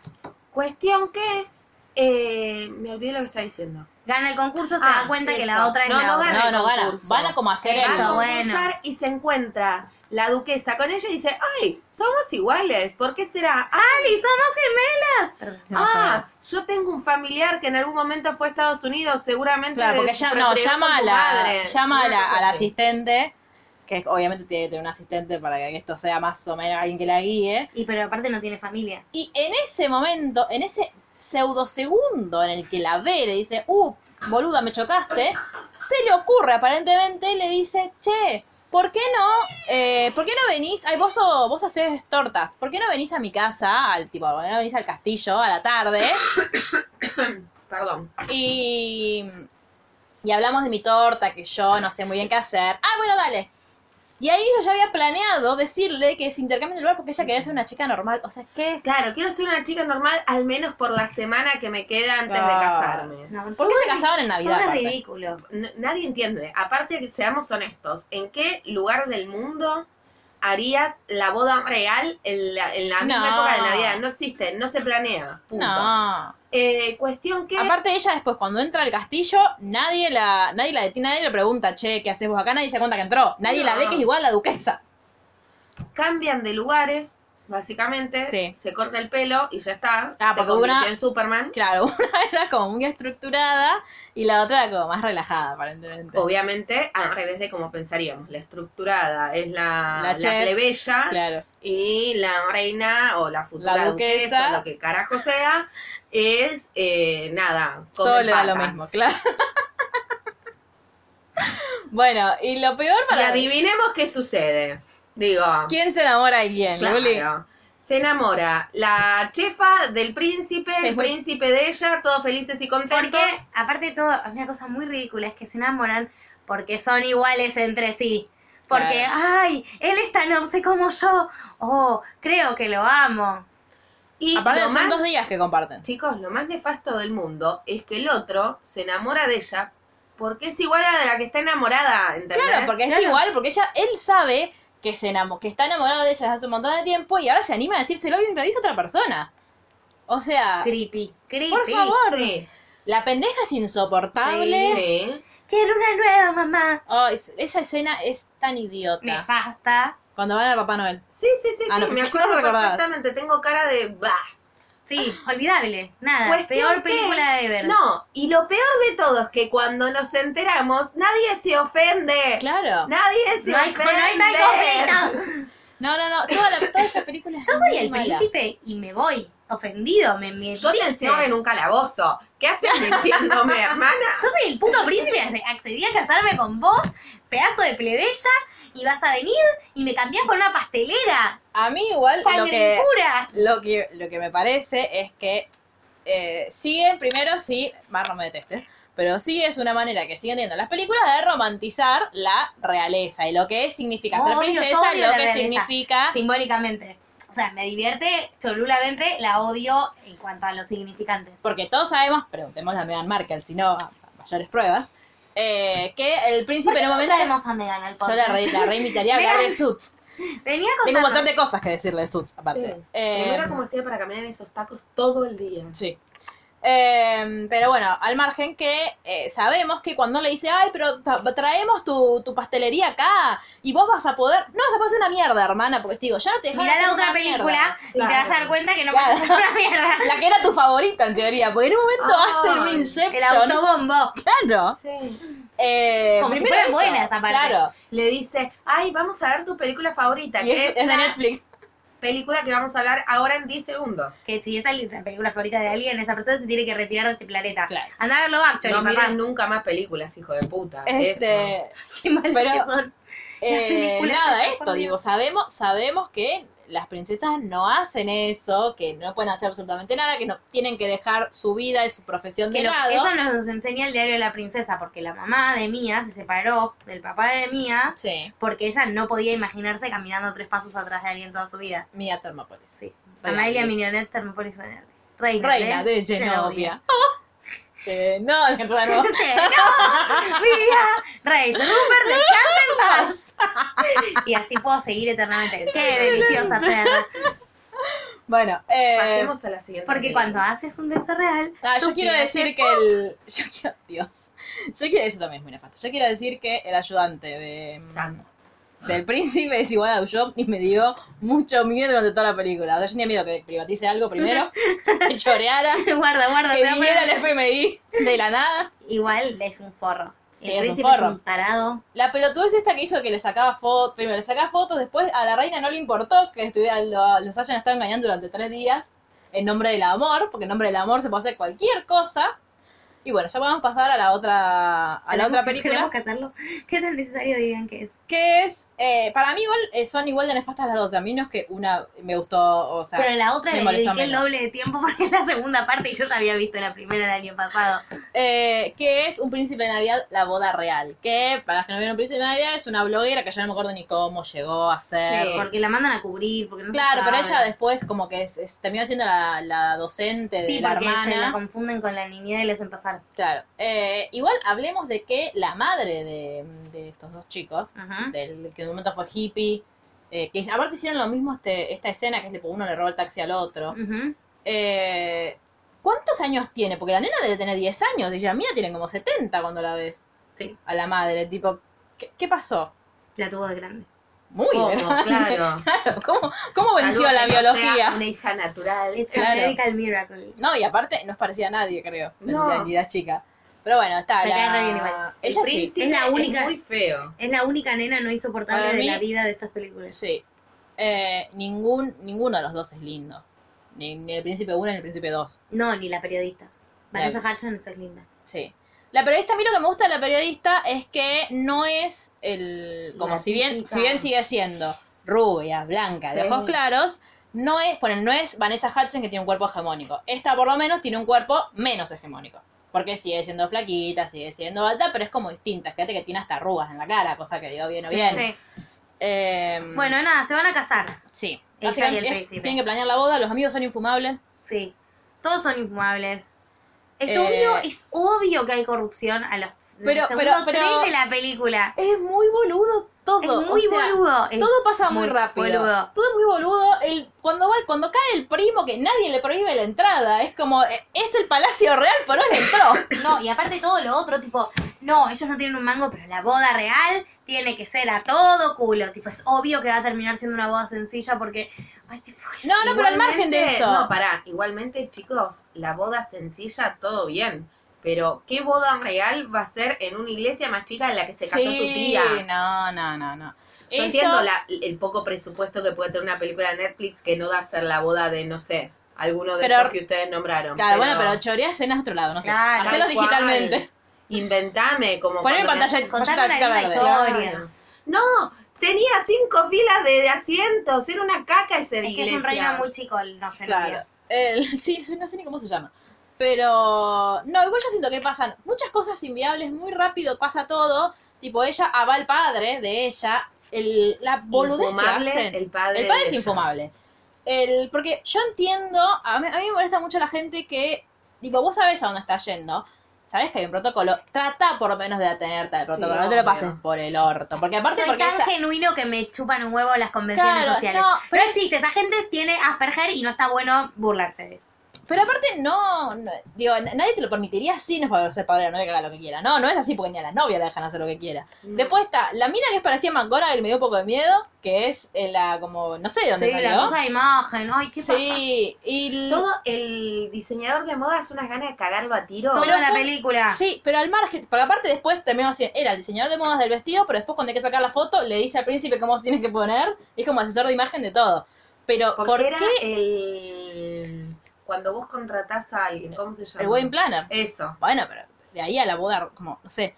S3: Cuestión que eh, me olvidé lo que está diciendo.
S2: Gana el concurso, se
S3: Ah,
S2: da cuenta que la
S3: eso.
S2: otra es
S3: No,
S2: la
S3: no
S2: otra.
S3: gana.
S1: No,
S3: el
S1: no gana.
S3: concurso.
S1: Van a como hacer
S2: Eso,
S1: el.
S3: Va a
S2: bueno.
S3: concursar y se encuentra la duquesa con ella y dice, ay, somos iguales, ¿por qué será?
S2: ¡Ali, somos gemelas! Perdón.
S3: Ah, yo tengo un familiar que en algún momento fue a Estados Unidos, seguramente.
S1: Claro, porque
S3: de-
S1: ya, no,
S3: procreó
S1: llama
S3: con
S1: a
S3: tu
S1: la,
S3: madre".
S1: llama a
S3: Una
S1: la,
S3: cosa
S1: a la
S3: así.
S1: asistente, que es- obviamente tiene que tener un asistente para que esto sea más o menos alguien que la guíe.
S2: Y pero aparte no tiene familia.
S1: Y en ese momento, en ese pseudo segundo en el que la ve, le dice, uh, boluda, me chocaste, se le ocurre aparentemente, le dice, che, ¿por qué no, eh, ¿por qué no venís? Ay, vos, so- vos haces tortas, ¿por qué no venís a mi casa, al tipo, ¿por qué no venís al castillo a la tarde?
S3: Perdón.
S1: Y, y hablamos de mi torta, que yo no sé muy bien qué hacer. Ah, bueno, dale. Y ahí yo ya había planeado decirle que se intercambien de lugar porque ella quería ser una chica normal. O sea, ¿qué?
S3: Claro, quiero ser una chica normal al menos por la semana que me queda antes
S1: Ah.
S3: de casarme.
S2: No,
S1: ¿Por qué
S2: todo
S1: se
S2: es-
S1: casaban en Navidad?
S2: Todo es
S1: aparte?
S2: ridículo.
S3: N- nadie entiende. Aparte, que seamos honestos, ¿en qué lugar del mundo harías la boda real en la, en la misma
S1: No.
S3: época de Navidad? No existe, no se planea. Punto.
S1: No.
S3: Eh, cuestión que...
S1: Aparte ella después cuando entra al castillo, nadie la, nadie la detiene, nadie le pregunta, che, ¿qué haces vos acá? Nadie se da cuenta que entró. Nadie la
S3: No.
S1: ve que es igual a la duquesa.
S3: cambian de lugares, básicamente,
S1: Sí.
S3: se corta el pelo y ya está,
S1: Ah,
S3: se
S1: porque
S3: convirtió
S1: una-
S3: en Superman.
S1: Claro, una era como muy estructurada y la otra era como más relajada, aparentemente.
S3: Obviamente, al revés de como pensaríamos, la estructurada es la,
S1: La
S3: la
S1: chef.
S3: plebeya
S1: Claro.
S3: y la reina o la futura
S1: La
S3: duquesa,
S1: duquesa.
S3: lo que carajo sea, es eh, nada, come
S1: Todo le da lo
S3: patas.
S1: mismo, claro. bueno, y lo peor
S3: Y
S1: para
S3: adivinemos qué sucede. Digo,
S1: quién se enamora de quién,
S3: claro,
S1: Luli?
S3: se enamora la chefa del príncipe, el
S1: Es muy-
S3: príncipe de ella, todos felices y contentos.
S2: Porque, aparte de todo, una cosa muy ridícula es que se enamoran porque son iguales entre sí. Porque,
S1: Claro.
S2: ay, él es tan obse como yo. Oh, creo que lo amo.
S3: Y
S1: Aparte
S3: lo
S1: son
S3: más-
S1: dos días que comparten.
S3: Chicos, lo más nefasto del mundo es que el otro se enamora de ella porque es igual a la que está enamorada, ¿entendés?
S1: Claro, porque es igual, porque ella, él sabe que se enamo- que está enamorado de ella desde hace un montón de tiempo y ahora se anima a decírselo y se lo dice otra persona. O sea,
S2: Creepy, creepy.
S1: por favor,
S3: Sí,
S1: la pendeja es insoportable.
S3: sí.
S2: Quiero una nueva mamá.
S1: Oh, es- esa escena es tan idiota.
S2: Nefasta.
S1: Cuando van al Papá Noel.
S3: Sí, sí, sí,
S1: Ah,
S3: sí,
S1: no,
S3: me
S1: yo
S3: acuerdo
S1: no recordaba.
S3: perfectamente, tengo cara de... bah.
S2: Sí, olvidable. Nada,
S3: Cuestión
S2: peor
S3: que-
S2: película de ver.
S3: No, y lo peor de todo es que cuando nos enteramos, nadie se ofende.
S1: Claro.
S3: Nadie se
S2: no hay,
S3: ofende.
S2: no hay tal conflicto.
S1: No, no, no. Toda, la, toda esa película es
S2: Yo soy
S1: muy
S2: el
S1: mala.
S2: príncipe y me voy ofendido, me me
S3: Yo te
S2: triste.
S3: encierro en un calabozo. ¿Qué haces mintiéndome, hermana?
S2: Yo soy el puto príncipe, ac- accedí a casarme con vos, pedazo de plebeya, y vas a venir y me cambiás por una pastelera,
S1: A mí igual lo
S2: sangre
S1: que,
S2: impura.
S1: lo que lo que me parece es que eh, siguen primero sí, más no me detestes, pero sí es una manera que siguen teniendo las películas de romantizar la realeza y lo que significa ser
S2: Odio, yo
S1: princesa,
S2: odio
S1: lo
S2: la
S1: que
S2: realeza.
S1: significa
S2: Simbólicamente. O sea, me divierte cholulamente, la odio en cuanto a los significantes.
S1: porque todos sabemos, preguntemos a Meghan Markle, si no, a- a mayores pruebas, eh, que el príncipe en un momento
S2: Traemos a Megan al
S1: yo la, re,
S2: podcast.
S1: la reinvitaría a hablar de Suits.
S2: Venía
S1: Tengo un
S2: contando.
S1: montón de cosas que decirle de Suits, aparte.
S3: Sí.
S1: Eh,
S3: Primero, como hacía para caminar en esos tacos todo el día.
S1: Sí. Eh, pero bueno, al margen que eh, sabemos que cuando le dice, ay, pero ta- traemos tu, tu pastelería acá y vos vas a poder, no vas a poder hacer una mierda, hermana, porque te digo, ya no te dejaron
S2: Mirá
S1: hacer
S2: la otra
S1: una mierda".
S2: película y te
S3: Claro.
S2: vas a dar cuenta que no
S1: Claro.
S2: vas a hacer una mierda.
S1: La que era tu favorita en teoría, porque en un momento
S3: Ay,
S1: hacen un
S2: Ah, El
S1: Inception.
S2: autobombo.
S1: Claro.
S3: Sí.
S1: Eh,
S2: Como si
S1: primero
S2: fueran
S1: eso,
S2: buenas, aparte.
S1: Claro.
S3: le dice, ay, vamos a ver tu película favorita,
S1: Y
S3: que
S1: es,
S3: es,
S1: es de
S3: la
S1: Netflix.
S3: película que vamos a hablar ahora en 10 segundos.
S2: Que si esa es la película favorita de alguien, esa persona se tiene que retirar de este planeta.
S1: Claro.
S2: Andá a verlo Backstory,
S3: no
S2: papá.
S3: miren nunca más películas, hijo de puta.
S1: Este,
S3: Eso.
S2: Qué mal
S1: Pero-
S2: que son.
S1: Eh,
S2: películas
S1: nada,
S2: que están
S1: esto,
S2: por
S1: digo,
S2: Dios.
S1: sabemos, sabemos que las princesas no hacen eso, que no pueden hacer absolutamente nada, que no tienen que dejar su vida y su profesión
S2: Que
S1: de
S2: lo-
S1: lado.
S2: eso nos enseña el diario de la princesa, porque la mamá de Mía se separó del papá de Mía
S1: Sí,
S2: porque ella no podía imaginarse caminando tres pasos atrás de alguien toda su vida.
S1: Mía Thermopolis.
S2: Sí.
S1: Reina
S2: Amelia
S1: de-
S2: ¿eh? Mignonette Termopolis Reina.
S1: Reina de Genovia. Che, no, de nuevo.
S2: Che, no, mira, Rey, Rupert, descansa en paz. Y así puedo seguir eternamente. Qué deliciosa perra.
S1: Bueno, eh,
S3: Pasemos a la siguiente.
S2: Porque
S3: película.
S2: cuando haces un desarreal.
S1: Ah,
S2: tú
S1: yo quiero
S2: quieres
S1: decir
S2: ser
S1: que el. Yo quiero. Dios. Yo quiero. Eso también es muy nefasto. Yo quiero decir que el ayudante de.
S3: Sam.
S1: Del príncipe es igual a Usopp y me dio mucho miedo durante toda la película. O sea, yo tenía miedo que privatice algo primero, que choreara, que
S2: Guarda, guarda. te voy a
S1: viniera
S2: poner-
S1: el FMI de la nada.
S2: Igual es un forro. El
S1: Sí, es un
S2: príncipe
S1: forro.
S2: es un tarado.
S1: La pelotudez esta que hizo que le sacaba fotos, primero le sacaba fotos, después a la reina no le importó que estuviera, lo- los hayan estado engañando durante tres días en nombre del amor, porque en nombre del amor se puede hacer cualquier cosa. Y bueno, ya podemos pasar a la otra, a la
S2: Tenemos
S1: otra
S2: que-
S1: película.
S2: Tenemos que hacerlo. ¿Qué tan necesario dirían que es?
S1: Que es, eh, para mí igual, eh, son igual de nefastas las dos, a mí no es que una me gustó, o sea...
S2: Pero la otra
S1: Ah, me
S2: le
S1: molestó
S2: dediqué el
S1: menos.
S2: doble de tiempo porque es la segunda parte y yo ya había visto la primera el año pasado.
S1: Eh, que es Un Príncipe de Navidad, la boda real. Que, para los que no vieron Un Príncipe de Navidad, es una bloguera que yo no me acuerdo ni cómo llegó a ser.
S3: Sí.
S2: Porque la mandan a cubrir, porque no se
S1: Claro, pero ella
S2: sabe.
S1: después como que es- es- terminó siendo la, la docente de
S2: Sí,
S1: la
S2: porque se la
S1: hermana.
S2: confunden con la niñera y les hacen pasar.
S1: Claro. Eh, igual hablemos de que la madre de, de estos dos chicos,
S2: Ajá.
S1: del que en un momento fue hippie, eh, que aparte hicieron lo mismo este, esta escena que es tipo uno le roba el taxi al otro.
S2: Ujú.
S1: Eh, ¿Cuántos años tiene? Porque la nena debe tener 10 años y ya mía tiene como 70 cuando la ves.
S2: Sí.
S1: A la madre, tipo, ¿qué, qué pasó?
S2: La tuvo de grande.
S1: Muy
S3: Poco,
S1: grande.
S3: claro.
S1: Claro, ¿Cómo, cómo venció
S3: Salvo
S1: la
S3: que no sea
S1: biología?
S3: una hija natural.
S2: It's
S1: Claro.
S2: a medical miracle.
S1: No, y aparte no es parecía a nadie, creo, en
S3: No.
S1: la identidad chica. Pero bueno, está
S2: Me
S1: la...
S2: cae re bien igual.
S1: Ella
S2: El
S1: sí,
S2: príncipe- Es la única-
S3: muy feo.
S2: Es la única nena no insoportable
S1: Para
S2: de
S1: mí-
S2: la vida de estas películas.
S1: sí. Eh, ningún, ninguno de los dos es lindo. Ni, ni el príncipe 1 ni el príncipe 2.
S2: No, ni la periodista. Vanessa Hutchins es linda.
S1: Sí. La periodista, a mí lo que me gusta de la periodista es que no es el... Como
S3: La
S1: si bien,
S3: típica.
S1: si bien sigue siendo rubia, blanca, de
S3: Sí.
S1: ojos claros, no es, ponen, no es Vanessa Hudson que tiene un cuerpo hegemónico. Esta por lo menos tiene un cuerpo menos hegemónico. Porque sigue siendo flaquita, sigue siendo alta, pero es como distinta. Fíjate que tiene hasta arrugas en la cara, cosa que digo bien o bien.
S2: Sí.
S1: Eh,
S2: Bueno, nada, se van a casar.
S1: sí.
S2: ella
S1: Básicamente
S2: y el
S1: es-
S2: príncipe.
S1: Tienen que planear la boda, los amigos son infumables.
S2: Sí. Todos son infumables. Es
S1: Eh,
S2: obvio, es obvio que hay corrupción a los
S1: Pero-
S2: pero,
S1: pero- pero-
S2: tres de la película.
S1: Es muy boludo todo.
S2: Es muy
S1: o sea,
S2: boludo. es
S1: Todo pasa muy, rápido.
S2: boludo.
S1: Todo muy boludo. El, cuando va, cuando cae el primo que nadie le prohíbe la entrada, es como, eh, es el Palacio Real, pero él entró.
S2: No, y aparte todo lo otro, tipo, no, ellos no tienen un mango, pero la boda real tiene que ser a todo culo. Tipo, es obvio que va a terminar siendo una boda sencilla porque. Ay, tipo, es-
S1: No, no, pero al
S3: Igualmente-
S1: margen de eso.
S3: No, pará. Igualmente, chicos, la boda sencilla, todo bien. Pero, ¿qué boda real va a ser en una iglesia más chica en la que se casó
S1: Sí,
S3: tu tía?
S1: No, no, no, no.
S3: Yo
S1: Eso-
S3: entiendo la- el poco presupuesto que puede tener una película de Netflix que no da a ser la boda de, no sé, alguno de
S1: Pero-
S3: estos que ustedes nombraron.
S1: Claro, bueno, pero choreas en otro lado, no sé.
S2: Claro,
S1: Hacelo
S3: tal cual.
S1: digitalmente.
S3: Inventame como
S1: Poneme
S3: cuando me-
S1: pantalla,
S2: Contame
S1: pantalla
S2: una
S1: chica
S2: linda
S1: verde.
S2: historia.
S3: Claro. No, tenía cinco filas de, de asientos, era una caca ese
S2: Es que es un reino muy chico, el- no, yo no
S1: Claro.
S2: quiero.
S1: El- sí, sí, no sé ni cómo se llama. Pero, no, igual yo siento que pasan muchas cosas inviables, muy rápido pasa todo. Tipo, ella, ah, va el padre de ella, el, la boludez que
S3: Infumable,
S1: hacen.
S3: el padre
S1: El padre
S3: de
S1: es
S3: ella.
S1: infumable. El, porque yo entiendo, a mí, a mí me molesta mucho la gente que, digo, vos sabés a dónde está yendo, sabés que hay un protocolo, trata por lo menos de atenerte al
S3: Sí,
S1: protocolo, no te lo
S3: obvio.
S1: pases por el orto. Porque aparte,
S2: Soy
S1: porque
S2: tan
S1: esa-
S2: genuino que me chupan un huevo las convenciones
S1: Claro,
S2: sociales.
S1: no,
S2: No,
S1: pero-
S2: existe, esa gente tiene Asperger y no está bueno burlarse de eso.
S1: Pero aparte, no, no- digo, n- nadie te lo permitiría si no es para ser padre de la novia que haga lo que quiera. No, no es así porque ni a las novias la dejan hacer lo que quiera. Después está la mina que es parecía McGonagall, que me dio un poco de miedo, que es eh, la, como, no sé de dónde
S2: Sí, la
S1: salió.
S2: cosa de imagen, ay, qué paja.
S1: sí, y l-
S3: Todo el diseñador de moda es unas ganas de cagarlo a tiro.
S2: Toda
S1: Pero
S2: la
S1: son-
S2: película.
S1: sí, pero al margen, porque aparte después terminó así, era el diseñador de modas del vestido, pero después cuando hay que sacar la foto le dice al príncipe cómo se tiene que poner, y es como asesor de imagen de todo. Pero,
S3: Porque
S1: ¿por
S3: era
S1: qué
S3: el... Cuando vos contratás a alguien, ¿cómo se llama?
S1: el wedding planner?
S3: Eso.
S1: Bueno, pero de ahí a la boda, como, no sé.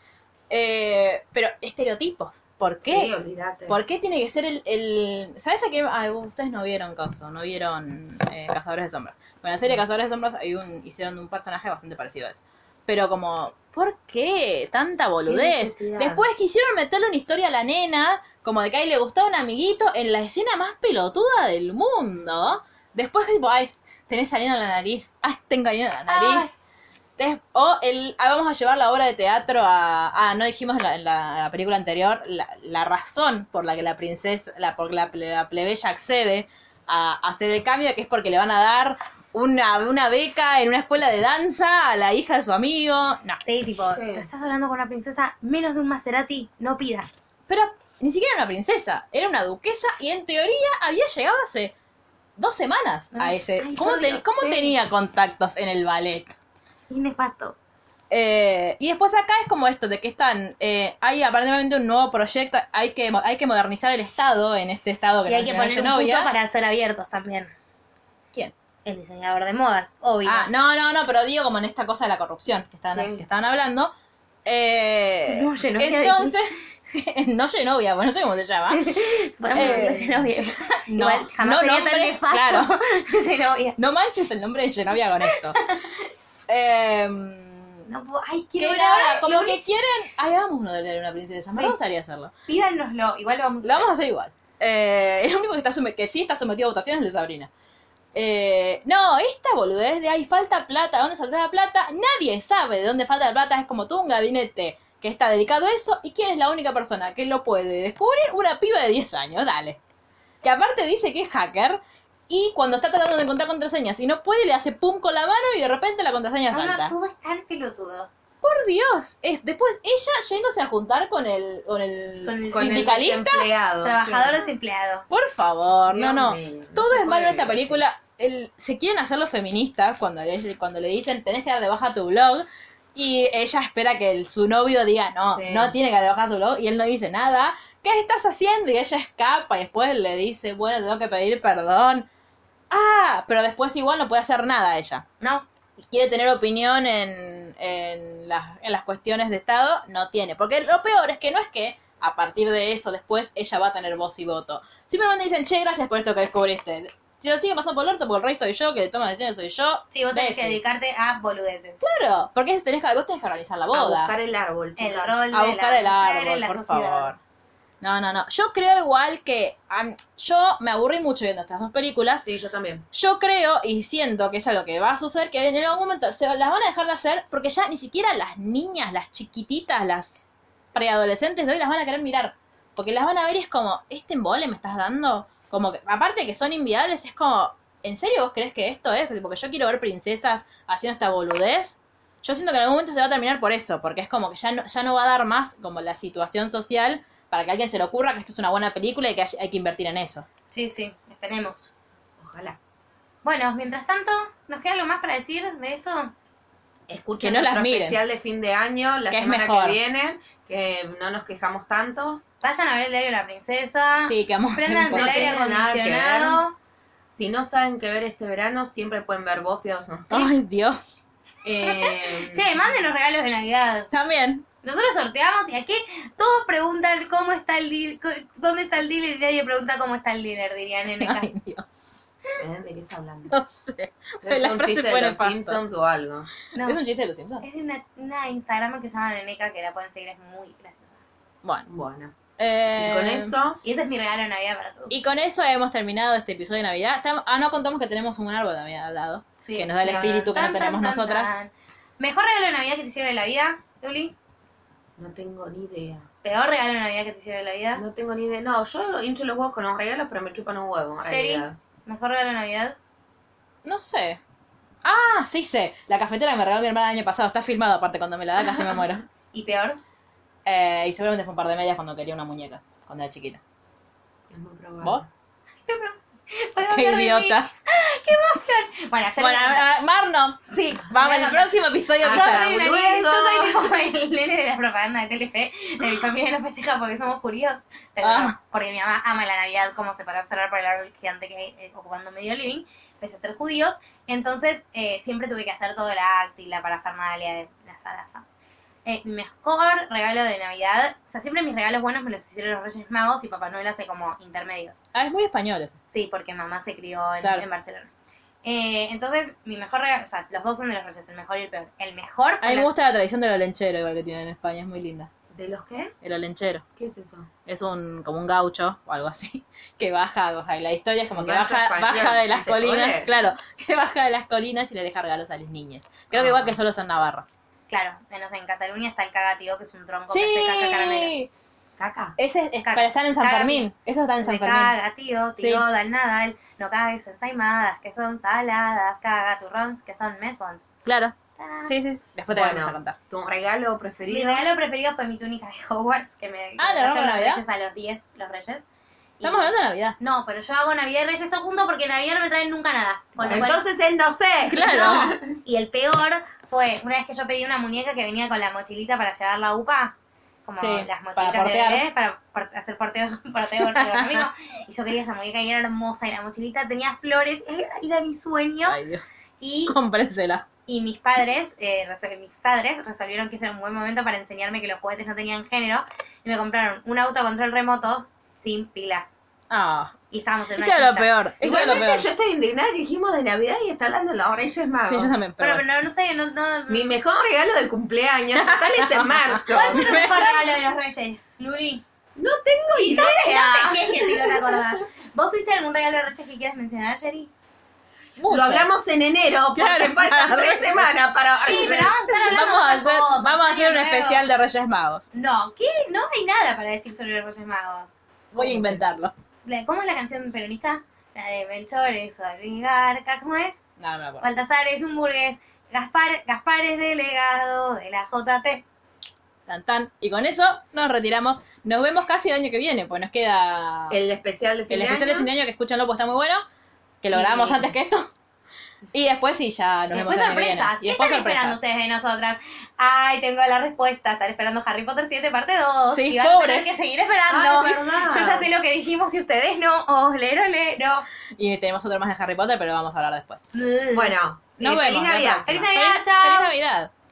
S1: Eh, pero estereotipos, ¿por qué?
S3: Sí, olvídate.
S1: ¿Por qué tiene que ser el, el- ¿Sabes a qué? Ay, ustedes no vieron caso, no vieron eh, Cazadores de Sombras. Bueno, en la serie Cazadores de Sombras hay un, hicieron un personaje bastante parecido a eso. Pero como, ¿por qué tanta boludez?
S3: necesidad.
S1: Después quisieron meterle una historia a la nena, como de que ahí le gustaba un amiguito, en la escena más pelotuda del
S2: Ah.
S1: mundo. Después, tipo, ay, tenés harina en la nariz, ay, tengo harina en la nariz. Des- o el, ah, vamos a llevar la obra de teatro a... Ah, no dijimos en la, en la película anterior la, la razón por la que la princesa, la, por la, ple- la plebeya accede a, a hacer el cambio, que es porque le van a dar una, una beca en una escuela de danza a la hija de su amigo. No.
S2: Sí, tipo,
S3: Sí.
S2: te estás hablando con una princesa, menos de un Maserati, no pidas.
S1: Pero ni siquiera era una princesa, era una duquesa y en teoría había llegado hace dos semanas a
S2: Ay,
S1: ese.
S2: ay,
S1: ¿Cómo,
S2: por
S1: te-
S2: Dios,
S1: cómo
S2: sí.
S1: tenía contactos en el ballet?
S2: Es nefasto.
S1: Eh, y después acá es como esto, de que están, eh, hay aparentemente un nuevo proyecto, hay que, mo- hay que modernizar el Estado en este Estado que
S2: Y hay que poner
S1: mencionó
S2: un
S1: Zenobia.
S2: puto para ser abiertos también.
S1: ¿Quién?
S2: El diseñador de modas, obvio.
S1: Ah, no, no, no, pero digo como en esta cosa de la corrupción que estaban,
S3: Sí.
S1: que estaban hablando. Eh,
S2: No, Genovia,
S1: entonces, no Genovia, bueno, no sé cómo se llama.
S2: Podemos
S1: eh,
S2: decirle Genovia.
S1: no,
S2: Igual, jamás
S1: no
S2: sería tan
S1: nombres,
S2: nefasto
S1: claro.
S2: Genovia.
S1: No manches el nombre de Genovia con esto. Em,
S2: No puedo- ay,
S1: que
S2: quiero ver
S1: nada,
S2: ahora,
S1: como
S2: Luli,
S1: que quieren, hagamos uno de leer una princesa, me
S2: Sí.
S1: gustaría hacerlo.
S2: Pídanoslo, igual lo vamos a
S1: Lo vamos a hacer igual. Eh, el único que, está sume- que sí está sometido a votación es el de Sabrina. Eh, no, esta boludez de ahí falta plata, ¿dónde saldrá la plata? Nadie sabe de dónde falta la plata, es como tú un gabinete que está dedicado a eso y quién es la única persona que lo puede descubrir, una piba de 10 años, dale. Que aparte dice que es hacker y cuando está tratando de encontrar contraseñas y no puede le hace pum con la mano y de repente la contraseña
S2: Ahora
S1: salta.
S2: todo es tan pelotudo.
S1: Por Dios, es después ella yéndose a juntar con el, con el,
S2: Con el
S3: Con el
S1: sindicalista
S3: desempleado,
S2: Trabajador
S3: sí.
S2: desempleado.
S1: por favor, no,
S3: Dios
S1: no.
S3: mío, no
S1: Todo
S3: se
S1: es malo en
S3: puede
S1: esta
S3: vivir
S1: película. El, se quieren hacer los feministas cuando le, cuando le dicen tenés que dar de baja tu blog. Y ella espera que el- su novio diga no,
S3: Sí.
S1: no tiene que dar de baja tu blog. Y él no dice nada. ¿Qué estás haciendo? Y ella escapa. Y después le dice, bueno, tengo que pedir perdón. Ah, pero después igual no puede hacer nada ella.
S2: No,
S1: Quiere tener opinión en, en, las, en las cuestiones de Estado, no tiene. Porque lo peor es que no es que a partir de eso después ella va a tener voz y voto. Simplemente dicen, che, gracias por esto que descubriste. Si lo sigue pasando por el orto, porque el rey soy yo, que toma decisiones soy yo.
S2: sí, vos tenés que
S1: besos.
S2: dedicarte a boludeces.
S1: Claro, porque eso tenés que, vos tenés que organizar la
S3: A
S1: boda.
S3: buscar el árbol,
S2: El
S3: chicas.
S2: rol
S1: A buscar
S2: de la
S1: el
S2: mujer en
S1: árbol,
S2: la
S1: por
S2: sociedad.
S1: favor. No, no, no. Yo creo igual que... am, yo me aburrí mucho viendo estas dos películas.
S3: Sí, yo también.
S1: Yo creo y siento que es algo que va a suceder, que en algún momento se las van a dejar de hacer porque ya ni siquiera las niñas, las chiquititas, las preadolescentes de hoy las van a querer mirar. Porque las van a ver y es como, ¿este embole me estás dando? Como que, aparte que son inviables, es como, ¿en serio vos crees que esto es? Porque yo quiero ver princesas haciendo esta boludez. Yo siento que en algún momento se va a terminar por eso, porque es como que ya no, ya no va a dar más como la situación social para que a alguien se le ocurra que esto es una buena película y que hay, hay que invertir en eso.
S2: Sí, sí, esperemos.
S3: Ojalá.
S2: Bueno, mientras tanto, ¿nos queda algo más para decir de esto?
S3: Escuchen
S1: Que no las
S3: nuestro
S1: miren.
S3: especial de fin de año, la
S1: Que es
S3: semana
S1: mejor.
S3: que viene, que no nos quejamos tanto.
S2: Vayan a ver el diario de la princesa.
S1: Sí, que vamos a hacer un
S2: Prendanse Ah, el
S1: podcast.
S2: aire
S3: tiene nada que ver.
S2: acondicionado.
S3: Si no saben qué ver este verano, siempre pueden ver vos, Piados Nos Cree.
S1: Ay, Dios.
S3: Eh,
S2: Che, mándenos regalos de Navidad.
S1: También.
S2: Nosotros sorteamos y aquí todos preguntan cómo está el deal, co- dónde está el dealer y nadie pregunta cómo está el dealer, dirían en acá.
S1: Ay, Dios.
S3: ¿eh? ¿De qué está hablando?
S1: No sé.
S3: ¿Es
S1: La
S3: un
S1: frase
S3: chiste
S1: fue
S3: de los
S1: nefasto.
S3: Simpsons o algo?
S2: No,
S1: ¿Es un chiste de los Simpsons?
S2: es de una, una Instagram que se llama Neneca que la pueden seguir, es muy graciosa.
S1: Bueno.
S3: Bueno.
S1: eh,
S3: Y con eso,
S2: Y ese es mi regalo de Navidad para todos.
S1: Y con eso hemos terminado este episodio de Navidad. Estamos- ah, no contamos que tenemos un árbol también al lado.
S2: Sí,
S1: que nos da el
S2: sí.
S1: espíritu que no
S2: Tan,
S1: tenemos
S2: tan, tan,
S1: nosotras.
S2: tan. Mejor regalo de Navidad que te hicieron en la vida, Luli.
S3: no tengo ni idea.
S2: Peor regalo de Navidad que te hicieron en la vida.
S3: No tengo ni idea. No, yo hincho los huevos con los regalos, pero me chupan un huevo. en
S2: Sherry.
S3: realidad.
S2: Mejor regalo de Navidad.
S1: No sé. Ah, sí sé. La cafetera que me regaló mi hermana el año pasado está filmada, aparte cuando me la da casi me muero.
S2: Y peor.
S1: Eh, y seguramente fue un par de medias cuando quería una muñeca, cuando era chiquita.
S3: Es muy probable.
S1: ¿Vos?
S2: Voy a
S1: ¡Qué
S2: hablar de mí.
S1: idiota!
S2: Bueno, ayer
S1: Bueno, a- a- Mar no.
S2: Sí,
S1: Vamos al
S2: Bueno,
S1: próximo episodio.
S2: Yo
S1: de
S3: Ah,
S1: Mar.
S2: soy, una
S3: boludo.
S2: nena- yo soy tipo el nene de la propaganda de Telefe, de mi familia no festeja porque somos judíos, pero
S1: Ah.
S2: no, porque mi mamá ama la Navidad como se para observar por el árbol gigante que hay eh, ocupando medio living, pese a ser judíos, entonces eh, siempre tuve que hacer todo el acto y la parafernalia de la zaraza. Eh, mi mejor regalo de Navidad, o sea, siempre mis regalos buenos me los hicieron los Reyes Magos y Papá Noel hace como intermedios.
S1: Ah, es muy español. eso.
S2: Sí, porque mamá se crió en,
S1: Claro.
S2: en Barcelona. Eh, entonces, mi mejor regalo, o sea, los dos son de los reyes, el mejor y el peor. El mejor fue
S1: A mí me
S2: la-
S1: gusta la tradición de lo lenchero igual que tienen en España, es muy linda.
S3: ¿De los qué?
S1: el olenchero.
S3: ¿Qué es eso?
S1: Es un como un gaucho o algo así, que baja, o sea, la historia es como
S3: Un
S1: que
S3: gaucho
S1: baja,
S3: español,
S1: baja de las
S3: ¿se
S1: colinas,
S3: puede?
S1: claro, que baja de las colinas y le deja regalos a las niñas. Creo
S3: Ah.
S1: que igual que solo son navarros.
S2: Claro, menos en Cataluña está el cagatío, que es un tronco que hace caca caramelos.
S1: Sí,
S2: Caca.
S1: ese es,
S2: Caga-
S1: para estar en San
S2: caga-
S1: Fermín, eso está en San
S2: Se
S1: Fermín.
S2: caga, tío,
S1: Sí.
S2: tío, dal nadal, no cagues ensaimadas, que son saladas, caga turrons, que son mesons.
S1: Claro,
S2: Ta.
S1: sí, sí. Después te
S3: Bueno,
S1: vamos a contar.
S3: ¿Tu regalo
S2: Mi
S3: preferido?
S2: regalo preferido fue mi túnica de Hogwarts, que me que
S1: Ah, ¿la regalo
S2: me trajeron los
S1: Navidad?
S2: reyes a los 10, los reyes. Y-
S1: Estamos hablando de Navidad.
S2: No, pero yo hago Navidad y Reyes todo junto porque en Navidad no me traen nunca nada. Con lo cual-
S3: Entonces es no sé.
S1: Claro.
S2: No. Y el peor fue una vez que yo pedí una muñeca que venía con la mochilita para llevar la UPA. Como
S1: Sí,
S2: las mochilas
S1: para
S2: de
S1: portear.
S2: bebé, para por- hacer porteo, porteo con los amigos. Y yo quería esa muñeca y era hermosa. Y la mochilita tenía flores. Era, era mi sueño.
S1: Ay, Dios.
S2: Y,
S1: Cómprensela.
S2: y mis padres, eh, resol- mis padres, resolvieron que ese era un buen momento para enseñarme que los juguetes no tenían género. Y me compraron un auto a control remoto sin pilas.
S1: Ah,
S2: Y estábamos en una
S1: eso era lo
S2: quinta.
S1: peor. Eso era lo
S3: Igualmente
S1: peor.
S3: yo estoy indignada que dijimos de Navidad y está hablando de los Reyes
S1: Sí,
S3: Magos.
S1: yo también, pero
S2: Pero,
S1: bueno.
S2: no, no sé, no, no,
S3: Mi mejor regalo de cumpleaños total es en marzo.
S2: ¿Cuál fue tu mejor regalo de los Reyes, Luli?
S3: No tengo idea.
S1: Ah.
S2: No te quejes si no te acordás. ¿Vos tuviste algún regalo de Reyes que quieras mencionar, Jerry?
S1: Mucho.
S3: Lo hablamos en enero porque
S1: Claro,
S3: faltan
S1: claro.
S3: tres semanas para
S2: Sí, pero vamos a estar hablando
S1: Ah, Vamos a
S2: de otras
S1: hacer,
S2: cosas,
S1: vamos a hacer un
S2: Año Nuevo.
S1: especial de Reyes Magos.
S2: No, ¿qué? No hay nada para decir sobre los Reyes Magos.
S1: Voy a
S2: Uh.
S1: inventarlo.
S2: La- ¿Cómo es la canción peronista? La de Melchor es oligarca, ¿cómo es?
S1: No, no me acuerdo.
S2: Baltasar es un burgués, Gaspar, Gaspar es delegado de la JP.
S1: Tan, tan. Y con eso nos retiramos. Nos vemos casi el año que viene, pues nos queda el,
S3: El especial de fin de
S1: especial de fin de año que escúchanlo, pues está muy bueno. Que lo
S2: Y-
S1: grabamos antes que esto. Y después sí, ya nos
S2: Después
S1: vemos el año que viene.
S2: sorpresas.
S1: Y
S2: ¿Qué
S1: después
S2: están esperando
S1: sorpresas.
S2: ustedes de nosotras? Ay, tengo la respuesta. Están esperando Harry Potter 7 parte 2.
S1: Sí,
S2: y van a
S1: pobre.
S2: tener que seguir esperando.
S3: Ay, es verdad.
S2: Yo ya sé lo que dijimos y ustedes no. Olero, olero.
S1: Y tenemos otro más de Harry Potter, pero vamos a hablar después.
S2: Mm.
S3: Bueno,
S1: Nos
S3: eh,
S1: vemos.
S3: feliz Navidad.
S1: la próxima.
S2: Feliz Navidad,
S1: Feliz-
S2: chao.
S1: Feliz Navidad.